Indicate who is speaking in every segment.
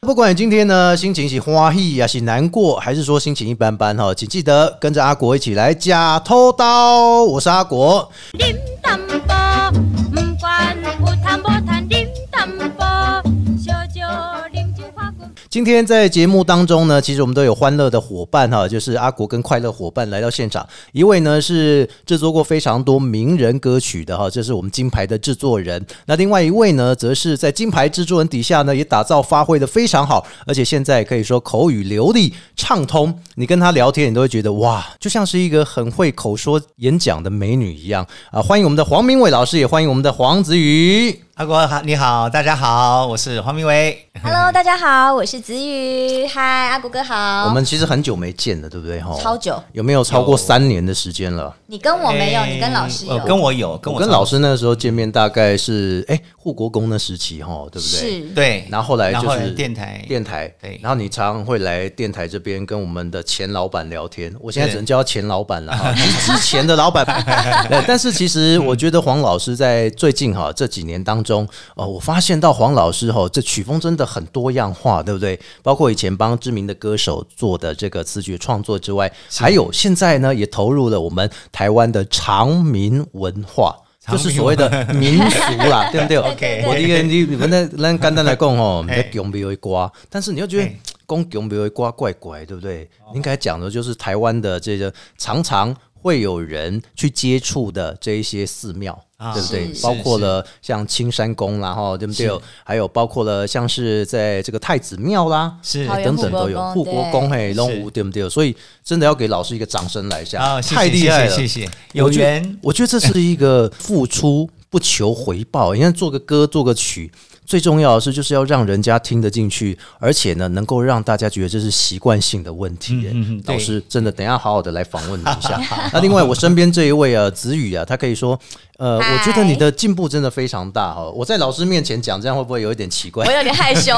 Speaker 1: 不管你今天呢心情是欢喜啊，是难过，还是说心情一般般哈，请记得跟着阿国一起来假偷刀。我是阿国，
Speaker 2: điểm tâm bò Mùm quan u tham bò than điểm tâm bò Cho cho điểm chữ hoa của
Speaker 1: 今天在节目当中呢，其实我们都有欢乐的伙伴哈，就是阿国跟快乐伙伴来到现场。一位呢是制作过非常多名人歌曲的哈，这是我们金牌的制作人。那另外一位呢，则是在金牌制作人底下呢，也打造发挥的非常好，而且现在可以说口语流利畅通。你跟他聊天，你都会觉得哇，就像是一个很会口说演讲的美女一样啊！欢迎我们的黄明伟老师，也欢迎我们的黄子瑜。
Speaker 3: 阿国好，你好，大家好，我是黄明威。
Speaker 4: Hello，大家好，我是子瑜，嗨，阿古哥好。
Speaker 1: 嗯我们其实很久没见了，对不对？哈，
Speaker 4: 啊超久，
Speaker 1: 有没有超过
Speaker 3: 有
Speaker 1: 三年的时间了？
Speaker 4: 你跟我没有，你跟老师
Speaker 3: 呃
Speaker 4: 有，
Speaker 3: 跟我有，跟
Speaker 1: 我
Speaker 3: 我
Speaker 1: 哎跟老师那时候见面大概是哎护国公那时期哈，对不对？
Speaker 4: 是，
Speaker 3: 对，
Speaker 1: 然后后来
Speaker 3: 然
Speaker 1: 就
Speaker 3: 后
Speaker 1: 是
Speaker 3: 电台
Speaker 1: 电台，
Speaker 3: 对
Speaker 1: 然后你常常会来电台这边跟我们的前老板聊天，我现在
Speaker 3: 是
Speaker 1: 只能叫他前老 板了哈，之前的老板。 对但是其实我觉得黄老师在最近哈这几年当中，哦，我发现到黄老师哈这曲风真的很多样化，对不对？包括以前帮知名的歌手做的这个词曲创作之外，还有现在呢也投入了我们台湾的长民文化。就
Speaker 3: 长民
Speaker 1: 是所谓的民俗啦， 对不对
Speaker 3: OK
Speaker 1: 我的一个你你们那咱简单来讲 哦，你
Speaker 3: 嘿
Speaker 1: 在穷不会刮，但是你又觉得
Speaker 3: 嘿
Speaker 1: 讲穷不会刮怪怪，对不对？你应该讲的就是台湾的这个常常。会有人去接触的这一些寺庙，
Speaker 3: 啊
Speaker 1: 对不对？
Speaker 3: 是
Speaker 1: 包括了像青山宫啦，哈，对不对
Speaker 3: 是？
Speaker 1: 还有包括了像是在这个太子庙啦，哎
Speaker 3: 是
Speaker 4: 好桃
Speaker 1: 等
Speaker 4: 园
Speaker 1: 等
Speaker 4: 哦护国
Speaker 1: 都有，
Speaker 4: 宫
Speaker 1: 护国
Speaker 4: 对
Speaker 1: 宫嘿，龙
Speaker 3: 是
Speaker 1: 武对不对？所以真的要给老师一个掌声来一下，
Speaker 3: 啊，谢谢
Speaker 1: 太厉害了，
Speaker 3: 谢谢，谢谢有缘
Speaker 1: 我觉得这是一 个付出不求回报。你看，做个歌，做个曲，最重要的是就是要让人家听得进去，而且呢，能够让大家觉得这是习惯性的问题。
Speaker 3: 嗯嗯嗯对
Speaker 1: 老师，真的，等一下好好的来访问你一 下。那另外，我身边这一位啊，子宇啊，他可以说，呃，
Speaker 4: 嗨
Speaker 1: 我觉得你的进步真的非常大哦。我在老师面前讲这样会不会有一点奇怪
Speaker 4: 我？有点害羞。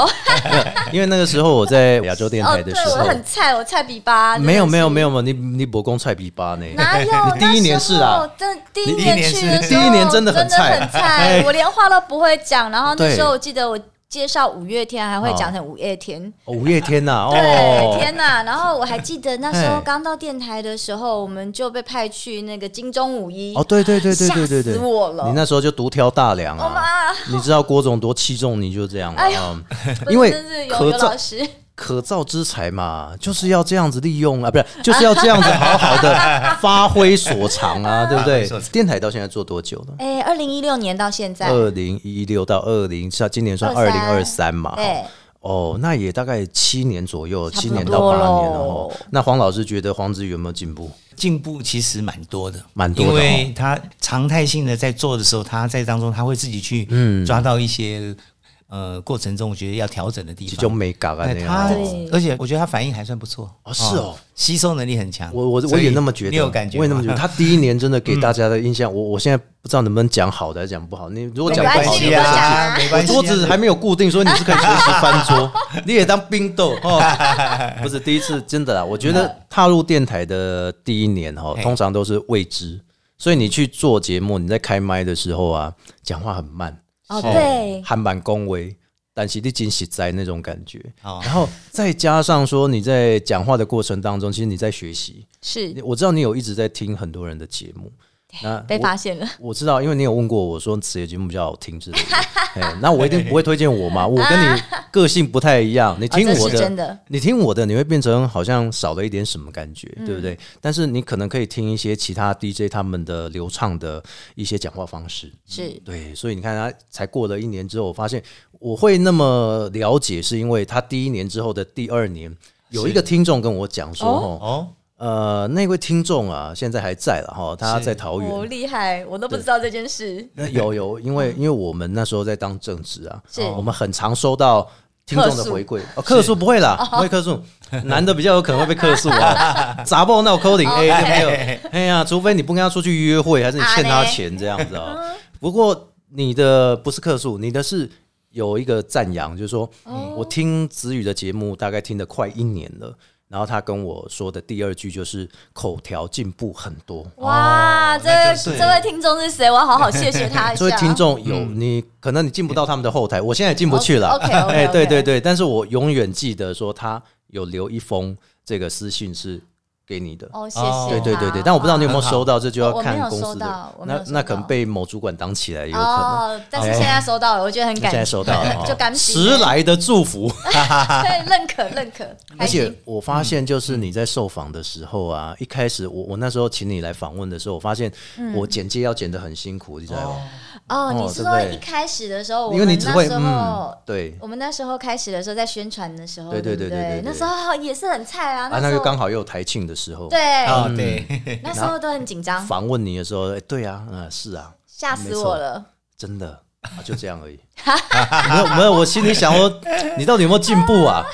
Speaker 1: 因为那个时候我在亚洲 电
Speaker 4: 哦，
Speaker 1: 台的
Speaker 4: 对
Speaker 1: 时候，
Speaker 4: 我很菜，我菜比吧？
Speaker 1: 没有没有没
Speaker 4: 有，
Speaker 1: 有没有，你你博公菜逼八呢？
Speaker 4: 哪有？
Speaker 1: 你第一年是啦
Speaker 4: 那时候，真的第
Speaker 3: 你
Speaker 4: 一
Speaker 3: 第一
Speaker 4: 年
Speaker 3: 年
Speaker 4: 去
Speaker 3: 是
Speaker 4: 的时候，
Speaker 1: 第一年真
Speaker 4: 真
Speaker 1: 的很菜
Speaker 4: 很 菜，我连话都不会讲。然后那
Speaker 1: 对
Speaker 4: 时候我记得我介绍五月天，还会讲成五月天。
Speaker 1: 哦五月天呐、哦哎
Speaker 4: 对，，天哪！然后我还记得那时候
Speaker 1: 嘿
Speaker 4: 刚到电台的时候，我们就被派去那个金钟五一
Speaker 1: 哦，，对对对对对对对，
Speaker 4: 吓死我了
Speaker 1: 你那时候就独挑大梁
Speaker 4: 我
Speaker 1: 啊！
Speaker 4: 妈，
Speaker 1: 你知道郭总多器重你就这样了、
Speaker 4: 哎呦
Speaker 1: 啊，
Speaker 4: 不是
Speaker 1: 因为
Speaker 4: 真是有
Speaker 1: 可
Speaker 4: 有
Speaker 1: 造
Speaker 4: 老师。
Speaker 1: 可造之才嘛，就是要这样子利用啊， 不是，就是要这样子好好的发挥所长 啊，对不
Speaker 3: 发
Speaker 1: 对
Speaker 3: 挥所？长
Speaker 1: 电台到现在做多久了？
Speaker 4: 哎，二零一六年到现在，
Speaker 1: 二零一六到二零，像今年算二零二三嘛，
Speaker 4: 对，
Speaker 1: 哦，那也大概七年左右，
Speaker 4: 差不
Speaker 1: 七
Speaker 4: 多
Speaker 1: 年到八年了哦。
Speaker 4: 咯
Speaker 1: 那黄老师觉得黄子瑜有没有进步？
Speaker 3: 进步其实蛮多的，
Speaker 1: 蛮多的哦
Speaker 3: 因为他常态性的在做的时候，他在当中他会自己去
Speaker 1: 嗯
Speaker 3: 抓到一些、呃过程中我觉得要调整的地
Speaker 1: 其实
Speaker 3: 方。
Speaker 1: 就没嘎啊
Speaker 3: 哎
Speaker 1: 那
Speaker 3: 他
Speaker 1: 样哦。
Speaker 4: 对，
Speaker 3: 而且我觉得他反应还算不错
Speaker 1: 哦是哦，
Speaker 3: 吸收能力很强。
Speaker 1: 我我
Speaker 3: 所
Speaker 1: 我
Speaker 3: 以
Speaker 1: 也那么觉得，
Speaker 3: 你有感觉吗？嗯
Speaker 1: 我也那么觉得。他第一年真的给大家的印象，我我现在不知道能不能讲好的还是讲不好。你如果
Speaker 3: 没
Speaker 1: 讲
Speaker 4: 没
Speaker 1: 不
Speaker 4: 关
Speaker 1: 好
Speaker 4: 系
Speaker 1: 的
Speaker 4: 你
Speaker 1: 话
Speaker 4: 不
Speaker 1: 就
Speaker 4: 讲
Speaker 1: 是我
Speaker 3: 没
Speaker 4: 啊
Speaker 3: 关系啊，
Speaker 1: 桌子还没有固定，所以你是可以随时翻桌， 你也当冰豆哦。不是第一次，真的啦。我觉得踏入电台的第一年哈，
Speaker 3: 嘿
Speaker 1: 通常都是未知，所以你去做节目，你在开麦的时候啊，讲话很慢，
Speaker 4: 哦对，
Speaker 1: 还蛮恭维，但是你真实在那种感觉。
Speaker 3: 哦
Speaker 1: 然后再加上说你在讲话的过程当中，其实你在学习。
Speaker 4: 是
Speaker 1: 我知道你有一直在听很多人的节目，那
Speaker 4: 被
Speaker 1: 我
Speaker 4: 发现了。
Speaker 1: 我知道，因为你有问过我说谁的节目比较好听之类的，哎，那我一定不会推荐我嘛，我跟你 个性不太一样，你听
Speaker 4: 哦这是
Speaker 1: 我的，
Speaker 4: 真的
Speaker 1: 你听我的，你会变成好像少了一点什么感觉，对不
Speaker 4: 嗯
Speaker 1: 对？但是你可能可以听一些其他 DJ 他们的流畅的一些讲话方式，
Speaker 4: 是
Speaker 1: 对，所以你看他才过了一年之后，我发现我会那么了解，是因为他第一年之后的第二年，有一个听众跟我讲说，
Speaker 4: 哦
Speaker 1: 哦。
Speaker 3: 哦，
Speaker 1: 呃，那位听众啊，现在还在了哈，他在桃园。
Speaker 4: 哦，厉害，我都不知道这件事。
Speaker 1: 那 有有，因为因为我们那时候在当正职啊，
Speaker 4: 嗯是
Speaker 1: 我们很常收到听众的
Speaker 4: 客诉
Speaker 1: 回馈，哦，客诉不会啦，不会客诉，男的比较有可能会被客诉 啊，砸爆闹扣零
Speaker 4: 哦
Speaker 1: A 对不对？哎呀，除非你不跟他出去约会，还是你欠他钱这样子啊。
Speaker 4: 嗯
Speaker 1: 不过你的不是客诉，你的是。
Speaker 4: 哦
Speaker 1: 嗯有一个赞扬，就是说、我听子宇的节目大概听了快一年了，然后他跟我说的第二句就是口条进步很多。
Speaker 4: 哇，这
Speaker 3: 那
Speaker 4: 位
Speaker 3: 就是
Speaker 4: 这位听众哦是谁？我要好好谢谢 他一
Speaker 1: 所以
Speaker 4: 下。
Speaker 1: 听众有你，可能你进不到他们的后台，我现在也进不去了。
Speaker 4: 嗯哦 OK，OK，OK
Speaker 1: 哎，对对对，但是我永远记得说他有留一封这个私信是给你的。
Speaker 4: 哦，谢谢。
Speaker 1: 对对对对，但我不知道你有没有收到，这就要
Speaker 4: 我
Speaker 1: 看
Speaker 4: 没有
Speaker 1: 公
Speaker 4: 收
Speaker 1: 司的
Speaker 4: 到。我没有
Speaker 1: 那
Speaker 4: 收
Speaker 1: 那
Speaker 4: 到
Speaker 1: 可能被某主管挡起来也有可能。
Speaker 4: 哦，但是现在收到了，我觉得很感
Speaker 1: 现在收到了哦，
Speaker 4: 就感激
Speaker 1: 迟来的祝福。
Speaker 4: 对，认可 认可，
Speaker 1: 而
Speaker 4: 开心嗯
Speaker 1: 且我发现，就是你在受访的时候啊，一开始我我那时候请你来访问的时候，我发现
Speaker 4: 嗯
Speaker 1: 我剪接要剪得很辛苦，你知道吗？
Speaker 4: 哦，
Speaker 1: 哦
Speaker 4: 你是
Speaker 1: 对不
Speaker 4: 说
Speaker 1: 对
Speaker 4: 一开始的时候，哦我
Speaker 1: 因为你
Speaker 4: 们
Speaker 1: 只
Speaker 4: 那
Speaker 1: 会
Speaker 4: 时
Speaker 1: 嗯
Speaker 4: 候，。
Speaker 1: 对
Speaker 4: 我们那时候开始的时候，在宣传的时候，
Speaker 1: 对对对
Speaker 4: 对不
Speaker 1: 对对对
Speaker 4: 那时候也是很菜啊，
Speaker 1: 啊，那
Speaker 4: 时
Speaker 1: 个
Speaker 4: 候
Speaker 1: 刚好又啊有台庆的时候，
Speaker 4: 对，啊
Speaker 3: 哦，
Speaker 1: 嗯
Speaker 3: 对，
Speaker 4: 那时候都很紧张，
Speaker 1: 访问你的时候，哎，对啊，啊是啊，
Speaker 4: 吓
Speaker 1: 没
Speaker 4: 死
Speaker 1: 错
Speaker 4: 我了。
Speaker 1: 真的啊，就这样 而已。没有没有，我心里想说，你到底有没有进步啊？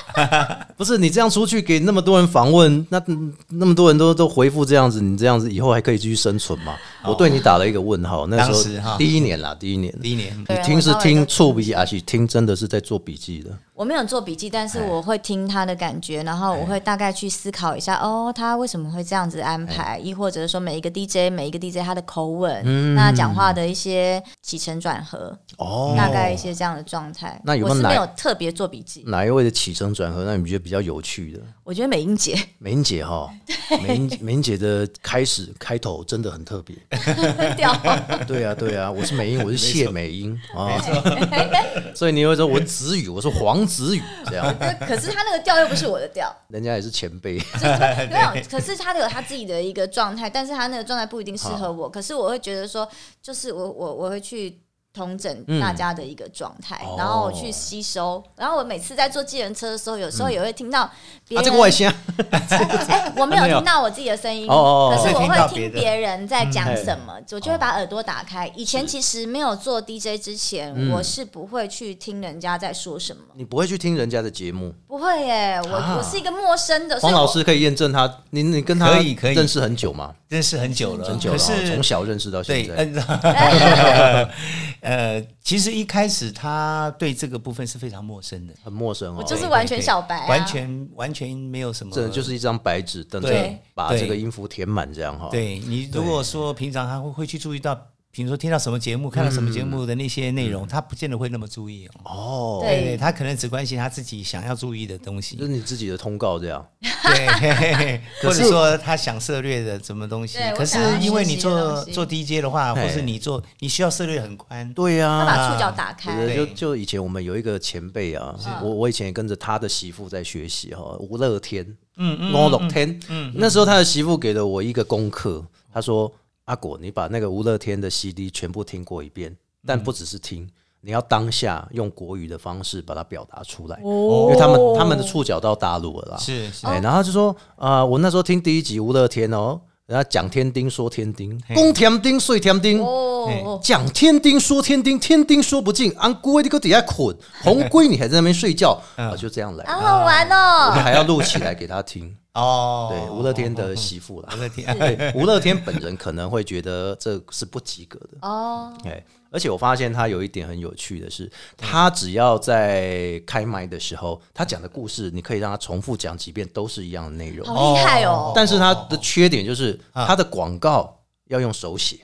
Speaker 1: 不是你这样出去给那么多人访问，那那么多人都都回复这样子，你这样子以后还可以继续生存吗？我对你打了一个问号。那时
Speaker 3: 哦当时
Speaker 1: 候
Speaker 3: 哈
Speaker 1: 第一年啦，第一年，
Speaker 3: 第一年
Speaker 1: 你
Speaker 4: 对
Speaker 1: 听
Speaker 4: 我
Speaker 1: 是
Speaker 4: 稍微
Speaker 1: 听
Speaker 4: 都
Speaker 1: 触笔，而且听真的啊是在做笔记的。
Speaker 4: 我没有做笔记，但
Speaker 1: 哎
Speaker 4: 是我会听他的感觉，然后我会大概去思考一下，哦，他为什么会这样子安排，
Speaker 1: 哎
Speaker 4: 亦或者是说每一个 DJ 每一个 DJ 他的口吻，
Speaker 1: 嗯
Speaker 4: 那讲话的一些起承转合，
Speaker 1: 哦
Speaker 4: 大概一些这样的状态。
Speaker 1: 那有没有
Speaker 4: 我是
Speaker 1: 哪
Speaker 4: 没有特别做笔记，
Speaker 1: 哪一位的起承转合让你觉得比较有趣的？
Speaker 4: 我觉得美英姐，
Speaker 1: 美英姐 哈，美英美英姐的开始开头真的很特 别。
Speaker 4: 掉
Speaker 1: 对啊，对啊，我是美英，我是谢美英啊。 所以你会说我子宇，我是黄子宇这样，
Speaker 4: 可是他那个调又不是我的调，
Speaker 1: 人家也是前辈。
Speaker 4: 没有，可是他有他自己的一个状态，但是他那个状态不一定适合我。可是我会觉得说，就是我我我会去统整大家的一个状态，
Speaker 1: 嗯哦
Speaker 4: 然后我去吸收。然后我每次在坐计程车的时候，有时候也会听到
Speaker 1: 嗯
Speaker 4: 别
Speaker 1: 啊，
Speaker 4: 人，
Speaker 1: 这个外星啊
Speaker 4: 哎，我没有听到我自己的声音，
Speaker 1: 啊哦哦哦嗯
Speaker 4: 可是我
Speaker 3: 所以听到
Speaker 4: 会
Speaker 3: 别
Speaker 4: 听
Speaker 3: 的
Speaker 4: 别人在讲什么，我就会把耳朵打开。以前其实没有做 DJ 之前，
Speaker 1: 嗯
Speaker 4: 我是不会去听人家在说什么，
Speaker 1: 你不会去听人家的节目。
Speaker 4: 不会耶，
Speaker 1: 啊
Speaker 4: 我我是一个陌生的，所
Speaker 1: 黄
Speaker 4: 以
Speaker 1: 老
Speaker 4: 我
Speaker 1: 师可以验证他，你你跟他
Speaker 3: 可以可以
Speaker 1: 认识很久吗？
Speaker 3: 认识很久了，
Speaker 1: 很久了
Speaker 3: 可
Speaker 1: 哦，
Speaker 3: 是
Speaker 1: 从小认识到现
Speaker 3: 对，
Speaker 1: 在。
Speaker 3: 嗯，呃 呃，其实一开始他对这个部分是非常陌生的，
Speaker 1: 很陌生
Speaker 4: 我
Speaker 1: 哦，
Speaker 4: 就是
Speaker 3: 对
Speaker 4: 完全
Speaker 3: 对
Speaker 4: 小白啊
Speaker 3: 完全完全没有什么，
Speaker 1: 真的就是一张白纸，等着
Speaker 3: 对
Speaker 1: 把
Speaker 3: 对
Speaker 1: 这个音符填满这样哈。，
Speaker 3: 对你如果说平常他会会去注意到，比如说听到什么节目、看到什
Speaker 1: 嗯
Speaker 3: 么节目的那些内容，他不见得会那么注意
Speaker 1: 哦，
Speaker 3: 哦。
Speaker 4: 对
Speaker 3: 对他可能只关心他自己想要注意的东西
Speaker 1: 就，是你自己的通告这样。
Speaker 3: 对，
Speaker 1: 可
Speaker 3: 或
Speaker 1: 是
Speaker 3: 者说他想涉猎的什么东西
Speaker 4: 对。我
Speaker 3: 可是
Speaker 4: 想要
Speaker 3: 因为你
Speaker 4: 学习的
Speaker 3: 做
Speaker 4: 东西
Speaker 3: 做 DJ 的话，
Speaker 1: 嘿
Speaker 3: 或是你做你需要涉猎很宽，
Speaker 1: 对啊
Speaker 4: 他
Speaker 1: 呀。
Speaker 4: 把触角打开，
Speaker 1: 对，就
Speaker 3: 对
Speaker 1: 就以前我们有一个前辈啊，我我以前也跟着他的媳妇在学习哈，吴乐天，
Speaker 3: 嗯嗯
Speaker 1: 我乐天，那时候他的媳妇给了我一个功课，他说：“阿果，你把那个吴乐天的 CD 全部听过一
Speaker 3: 嗯
Speaker 1: 遍，但不只是听，你要当下用国语的方式把它表达出来，因为他们他们的触角到大陆了啦。”
Speaker 3: 哦是是，
Speaker 1: 哎、然后就说啊、我那时候听第一集吴乐天哦，人家讲天丁说天丁，公天丁睡天丁。
Speaker 4: 哦，
Speaker 1: 讲天丁说天丁，天丁说不尽，安龟你个底下捆，红龟你还在那边睡觉，啊，就这样来，
Speaker 4: 好好玩
Speaker 1: 我
Speaker 4: 哦，
Speaker 1: 还要录起来给他听。
Speaker 3: 哦，
Speaker 1: 对，吴乐天的媳妇啦
Speaker 3: 我，的天，
Speaker 1: 对，吴乐天本人可能会觉得这是不及格的。
Speaker 4: 哦，
Speaker 1: 哎，而且我发现他有一点很有趣的是，他只要在开麦的时候，他讲的故事，你可以让他重复讲几遍，都是一样的内容。
Speaker 4: 好厉害哦，
Speaker 1: 但是他的缺点就是，他的广告要用手写，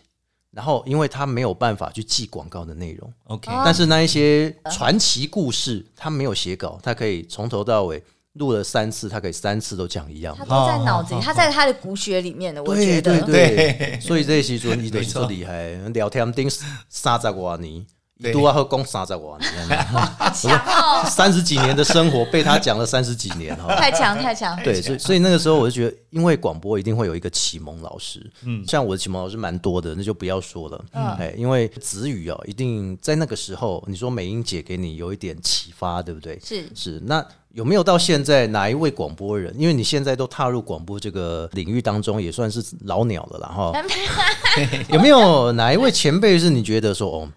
Speaker 1: 然后因为他没有办法去记广告的内容。
Speaker 3: OK，
Speaker 1: 但是那一些传奇故事，他没有写稿，他可以从头到尾录了三次，他可以三次都讲一样
Speaker 4: 他。都在脑子
Speaker 1: 哦
Speaker 4: 里，他在他的骨血里面的，我
Speaker 1: 对
Speaker 4: 觉
Speaker 1: 对
Speaker 4: 得
Speaker 1: 对， 所以这时阵伊就是
Speaker 3: 没错
Speaker 1: 做厉害，聊天顶三十多年，伊
Speaker 3: 对
Speaker 1: 拄啊好讲三十多年，
Speaker 4: 好强哦，
Speaker 1: 三十几年的生活被他讲了三十几年哈。
Speaker 4: 太强太强，
Speaker 1: 对，所以所以那个时候我就觉得，因为广播一定会有一个启蒙老师，嗯，像我的启蒙老师蛮多的，那就不要说了，嗯，哎，因为子语哦，一定在那个时候，你说美英姐给你有一点启发，对不对？
Speaker 4: 是
Speaker 1: 是，那有没有到现在哪一位广播人？因为你现在都踏入广播这个领域当中，也算是老鸟了啦哈。 有没有哪一位前辈是你觉得说哦，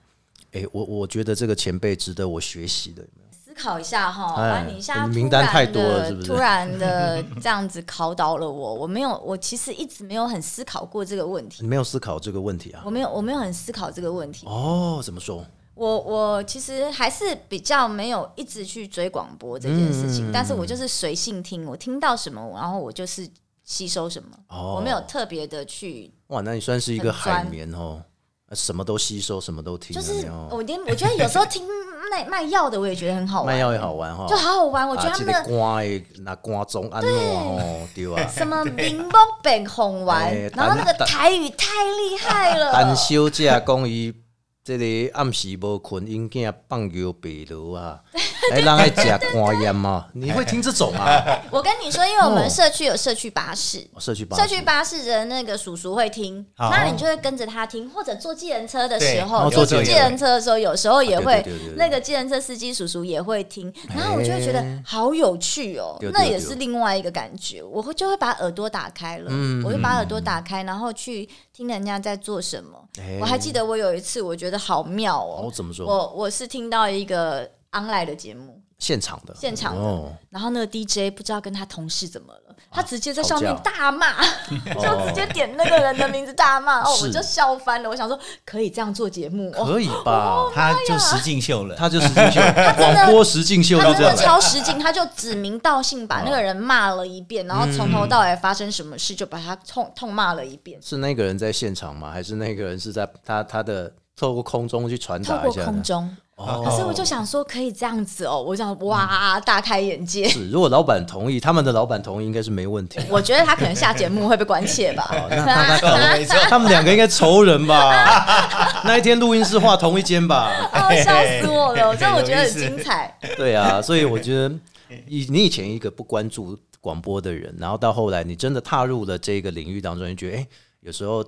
Speaker 1: 哎、我我觉得这个前辈值得我学习的？
Speaker 4: 思考一下哈，
Speaker 1: 哎
Speaker 4: 哇，你一下
Speaker 1: 名单
Speaker 4: 突然
Speaker 1: 太多了
Speaker 4: 地
Speaker 1: 是不是
Speaker 4: 突 然的这样子考倒了我，我没有，我其实一直没有很思考过这个问题，
Speaker 1: 你没有思考这个问题啊
Speaker 4: 我？没有，我没有很思考这个问题，
Speaker 1: 哦，怎么说？
Speaker 4: 我我其实还是比较没有一直去追广播这件事情，
Speaker 1: 嗯
Speaker 4: 但是我就是随性听，我听到什么，然后我就是吸收什么，
Speaker 1: 哦
Speaker 4: 我没有特别的去，
Speaker 1: 哇，那你算是一个
Speaker 4: 很
Speaker 1: 海
Speaker 4: 专
Speaker 1: 绵哦，呃什么都吸收，什么都听
Speaker 4: 就
Speaker 1: 了，
Speaker 4: 是
Speaker 1: 哦
Speaker 4: 我连我觉得有时候听卖卖药的，我也觉得很好玩，
Speaker 1: 卖药也好玩哈、哦，
Speaker 4: 就好好玩。我
Speaker 1: 我
Speaker 4: 觉得他们
Speaker 1: 个
Speaker 4: 的
Speaker 1: 瓜诶，拿瓜中安诺哦， 对 吧？
Speaker 4: 什么民风本哄玩
Speaker 1: 哎，
Speaker 4: 然后那个
Speaker 1: 单
Speaker 4: 台语太厉害
Speaker 1: 单
Speaker 4: 了，
Speaker 1: 休假讲伊这个暗时无困，因囝放牛白鹭啊，哎，让爱食 瓜盐啊，你会听这种啊？
Speaker 4: 我跟你说，因为我
Speaker 1: 哦
Speaker 4: 们社区有社区巴士。
Speaker 1: 社区巴士
Speaker 4: 社区巴士的那个叔叔会听，
Speaker 3: 哦
Speaker 4: 那你就会跟着他听，或者坐计程车的时
Speaker 1: 对
Speaker 4: 候，
Speaker 1: 哦坐
Speaker 4: 坐
Speaker 1: 计程
Speaker 4: 计程车的时候，有时候也
Speaker 1: 啊
Speaker 4: 会
Speaker 1: 对对对对对
Speaker 4: 那个计程车司机叔叔也会听，然后我就会觉得
Speaker 1: 哎
Speaker 4: 好有趣哦
Speaker 1: 对对，对
Speaker 4: 那也是另外一个感觉，我会就会把耳朵打开了
Speaker 1: 嗯，
Speaker 4: 我会把耳朵打开，然后去听人家在做什么
Speaker 1: 哎。
Speaker 4: 我还记得我有一次，我觉得好妙
Speaker 1: 哦
Speaker 4: 哦，
Speaker 1: 怎么说
Speaker 4: 我我是听到一个 online 的节目，
Speaker 1: 现场的，
Speaker 4: 现场的
Speaker 1: 哦，啊
Speaker 4: 然后那个 DJ 不知道跟他同事怎么了，他直接在上
Speaker 1: 吵
Speaker 4: 面
Speaker 1: 架
Speaker 4: 大骂，
Speaker 1: 哦
Speaker 4: 就直接点那个人的名字大骂，哦，
Speaker 1: 是
Speaker 4: 我就笑翻了。我想说，可以这样做节目哦，
Speaker 1: 可以吧？
Speaker 3: 他就实境秀了，
Speaker 1: 他就实 境秀，
Speaker 4: 真的
Speaker 1: 广播实境秀
Speaker 4: 他
Speaker 1: 就
Speaker 4: 真
Speaker 1: 这样。
Speaker 4: 的超实劲，他就指名道姓把那个人骂了一遍，然后从
Speaker 1: 嗯
Speaker 4: 头到尾发生什么事就把他痛痛骂了一遍。
Speaker 1: 是那个人在现场吗？还是那个人是在他他的透过空中去传
Speaker 4: 透
Speaker 1: 达
Speaker 4: 过
Speaker 1: 一下呢？
Speaker 4: 空中，
Speaker 1: 哦
Speaker 4: 可是我就想说可以这样子哦，我想哇，大开眼界。
Speaker 1: 是，如果老板同意，他们的老板同意应该是没问 题。哦
Speaker 4: 我觉得他可能下节目会被关切 吧。
Speaker 3: 没错，
Speaker 1: 他们两个应该仇人吧？ 那一天录音室画同一间吧？
Speaker 4: 哦，笑死我了！这我觉
Speaker 3: 有意
Speaker 4: 得很
Speaker 3: 思
Speaker 4: 精彩。
Speaker 1: 对啊，所以我觉得以你以前一个不关注广播的人，然后到后来你真的踏入了这个领域当中，你觉得哎、诶有时候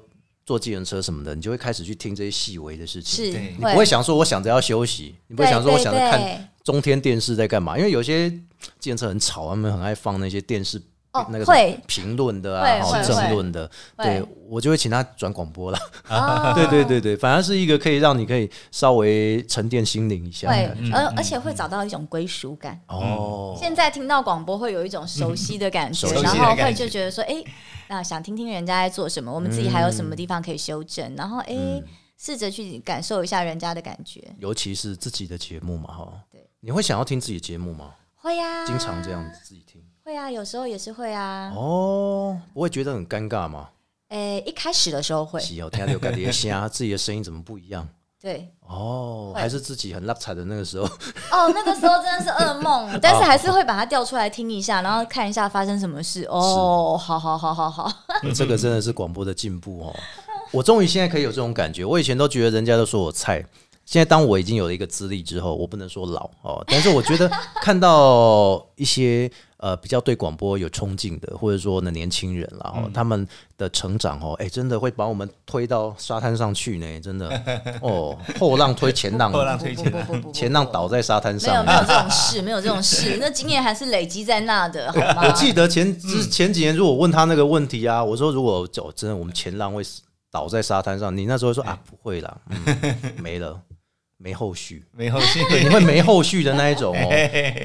Speaker 1: 坐计程车什么的，你就会开始去听这些细微的事情。
Speaker 4: 是
Speaker 3: 对
Speaker 1: 你不会想说我想着要休息，你不会
Speaker 4: 对
Speaker 1: 想说我想着
Speaker 4: 对
Speaker 1: 看
Speaker 4: 对
Speaker 1: 中天电视在干嘛，因为有些建车很吵，他们很爱放那些电视。
Speaker 4: 哦
Speaker 1: 那个什么
Speaker 4: 会
Speaker 1: 评论的
Speaker 4: 会
Speaker 1: 啊，好
Speaker 4: 会
Speaker 1: 政
Speaker 4: 会
Speaker 1: 论的，
Speaker 4: 会
Speaker 1: 对我就会请他转广播了。
Speaker 4: 哦
Speaker 1: 对对对对，反而是一个可以让你可以稍微沉淀心灵一下的
Speaker 4: 会
Speaker 1: 感觉。，
Speaker 4: 而而
Speaker 1: 嗯
Speaker 4: 且会找到一种归属感。
Speaker 1: 哦，嗯
Speaker 4: 现在听到广播会有一种熟悉的感觉
Speaker 1: 熟，悉的
Speaker 4: 然后
Speaker 3: 感
Speaker 4: 会
Speaker 3: 觉
Speaker 4: 就觉得说，哎，那想听听人家在做什么，我们自己还有什么地方可以修
Speaker 1: 嗯
Speaker 4: 正，然后哎，试着去感受一下人家的感觉。
Speaker 1: 尤其是自己的节目嘛，哈，
Speaker 4: 对，
Speaker 1: 你会想要听自己的节目吗？
Speaker 4: 会啊，
Speaker 1: 经常这样子自己听，
Speaker 4: 会啊，有时候也是会啊。
Speaker 1: 哦，不会觉得很尴尬吗？
Speaker 4: 哎，一开始的时候会，
Speaker 1: 是哦，听到有感觉虾，自己的声音怎么不一样？
Speaker 4: 对，
Speaker 1: 哦，
Speaker 4: 会
Speaker 1: 还是自己很拉踩的那个时候，
Speaker 4: 哦，那个时候真的是 噩梦，哦但是还是会把它调出来听一下，然后看一下发生什么事。哦，好好好好好，
Speaker 1: 这个真的是广播的进步哦。我终于现在可以有这种感觉，我以前都觉得人家都说我菜，现在当我已经有了一个资历之后，我不能说老哦，但是我觉得看到一些呃比较对广播有冲劲的，或者说呢年轻人啦、
Speaker 3: 嗯
Speaker 1: 哦，他们的成长哦，哎，真的会把我们推到沙滩上去呢，真的哦，后浪推 前浪，
Speaker 3: 后浪
Speaker 4: 不
Speaker 3: 推
Speaker 4: 不
Speaker 3: 荐
Speaker 4: 不不不不，
Speaker 1: 前浪倒在沙滩
Speaker 4: 没有
Speaker 1: 上
Speaker 4: 没。有这种事，没有这种事，那经验还是累积在那的，好 吗？
Speaker 1: 我记得前之前几年，如果问他那个问题啊，我说如果哦真的我们前浪会倒在沙滩上，你那时候说啊不会啦，嗯 没了，没后 续，
Speaker 3: 没后续。
Speaker 1: 你会没后续的那一种 哦，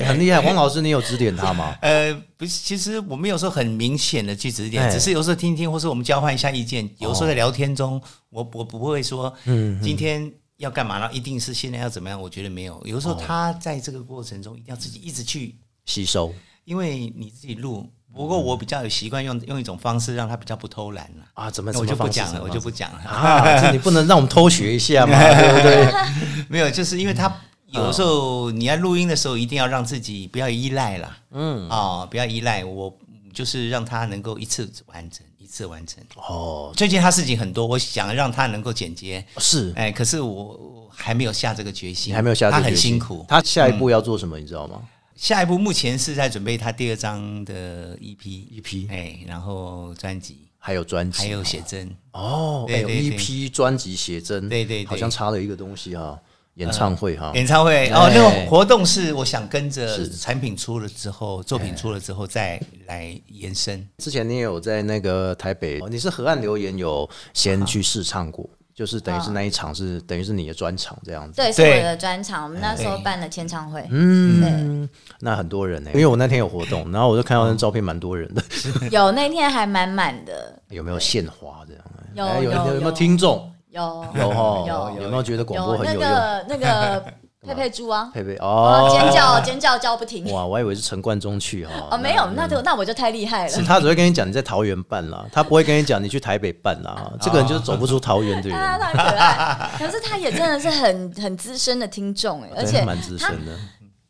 Speaker 1: 很厉害。黄老师，你有指点他吗？
Speaker 3: 呃，不是，其实我们有时候很明显的去指
Speaker 1: 哎
Speaker 3: 点，只是有时候听听，或是我们交换一下意见。有时候在聊天中，我我不会说，嗯，今天要干嘛，然后一定是现在要怎么样。我觉得没有，有时候他在这个过程中一定要自己一直去，
Speaker 1: 吸收
Speaker 3: 因为你自己录。不过我比较有习惯用用一种方式让他比较不偷懒了、
Speaker 1: 啊，怎么
Speaker 3: 那
Speaker 1: 怎
Speaker 3: 我
Speaker 1: 么
Speaker 3: 就不
Speaker 1: 方式
Speaker 3: 讲
Speaker 1: 怎
Speaker 3: 了，
Speaker 1: 么
Speaker 3: 我就不讲了。
Speaker 1: 啊，这你不能让我们偷学一下嘛，对不对？
Speaker 3: 没有，就是因为他有时候你在录音的时候，一定要让自己不要依赖啦。嗯，哦，不要依赖，我就是让他能够一次完成，一次完成。
Speaker 1: 哦，
Speaker 3: 最近他事情很多，我想让他能够简洁，
Speaker 1: 是
Speaker 3: 哎，可是我我还没有下这个决
Speaker 1: 你
Speaker 3: 心，
Speaker 1: 还没有下定
Speaker 3: 他很
Speaker 1: 决心
Speaker 3: 辛苦。
Speaker 1: 他下一步要做什么，你知道吗？
Speaker 3: 下一步目前是在准备他第二张的 EP，
Speaker 1: 一批
Speaker 3: 哎，然后专辑，
Speaker 1: 还有专辑，
Speaker 3: 还有写真，
Speaker 1: 哦，哎
Speaker 3: 对
Speaker 1: 有
Speaker 3: 对
Speaker 1: 一
Speaker 3: 对
Speaker 1: 批专辑写真，
Speaker 3: 对对对嗯
Speaker 1: 好像差了一个东西哈，演唱会哈，
Speaker 3: 演唱会哦
Speaker 1: 哎，
Speaker 3: 那个活动是我想跟着
Speaker 1: 是
Speaker 3: 产品出了之后，作品出了之后再来延伸。
Speaker 1: 之前你也有在那个台北，哦你是河岸留言有先去试唱过，就是等于是那一场是等于是你的专场这样子。
Speaker 4: 对，是我的专场，我们那时候
Speaker 3: 对
Speaker 4: 办了签唱会，
Speaker 1: 哎嗯，那很多人呢、因嗯为我那天有活动，然后我就看到那照片蛮多人的，
Speaker 4: 有那天还满满的，
Speaker 1: 有没有献花这样？
Speaker 4: 有
Speaker 1: 哎有
Speaker 4: 有
Speaker 1: 有没有
Speaker 4: 有
Speaker 1: 听众？
Speaker 4: 有
Speaker 1: 有哈
Speaker 4: 有
Speaker 1: 有没有觉得广播很
Speaker 4: 那
Speaker 1: 有用？
Speaker 4: 个那 个佩佩猪啊，
Speaker 1: 佩佩
Speaker 4: 啊
Speaker 1: 哦，
Speaker 4: 尖叫尖叫叫不停
Speaker 1: 哇，我还以为是陈冠中去哈。
Speaker 4: 哦，没有，那就那我就太厉害
Speaker 1: 是
Speaker 4: 了。
Speaker 1: 他只会跟你讲你在桃园办啦，他不会跟你讲你去台北办啦。这个人就是走不出桃 园的人，
Speaker 4: 他他很 可爱，可是他也真的是很很资深的听众哎，而
Speaker 1: 哦真
Speaker 4: 且
Speaker 1: 的蛮资
Speaker 4: 他
Speaker 1: 深的。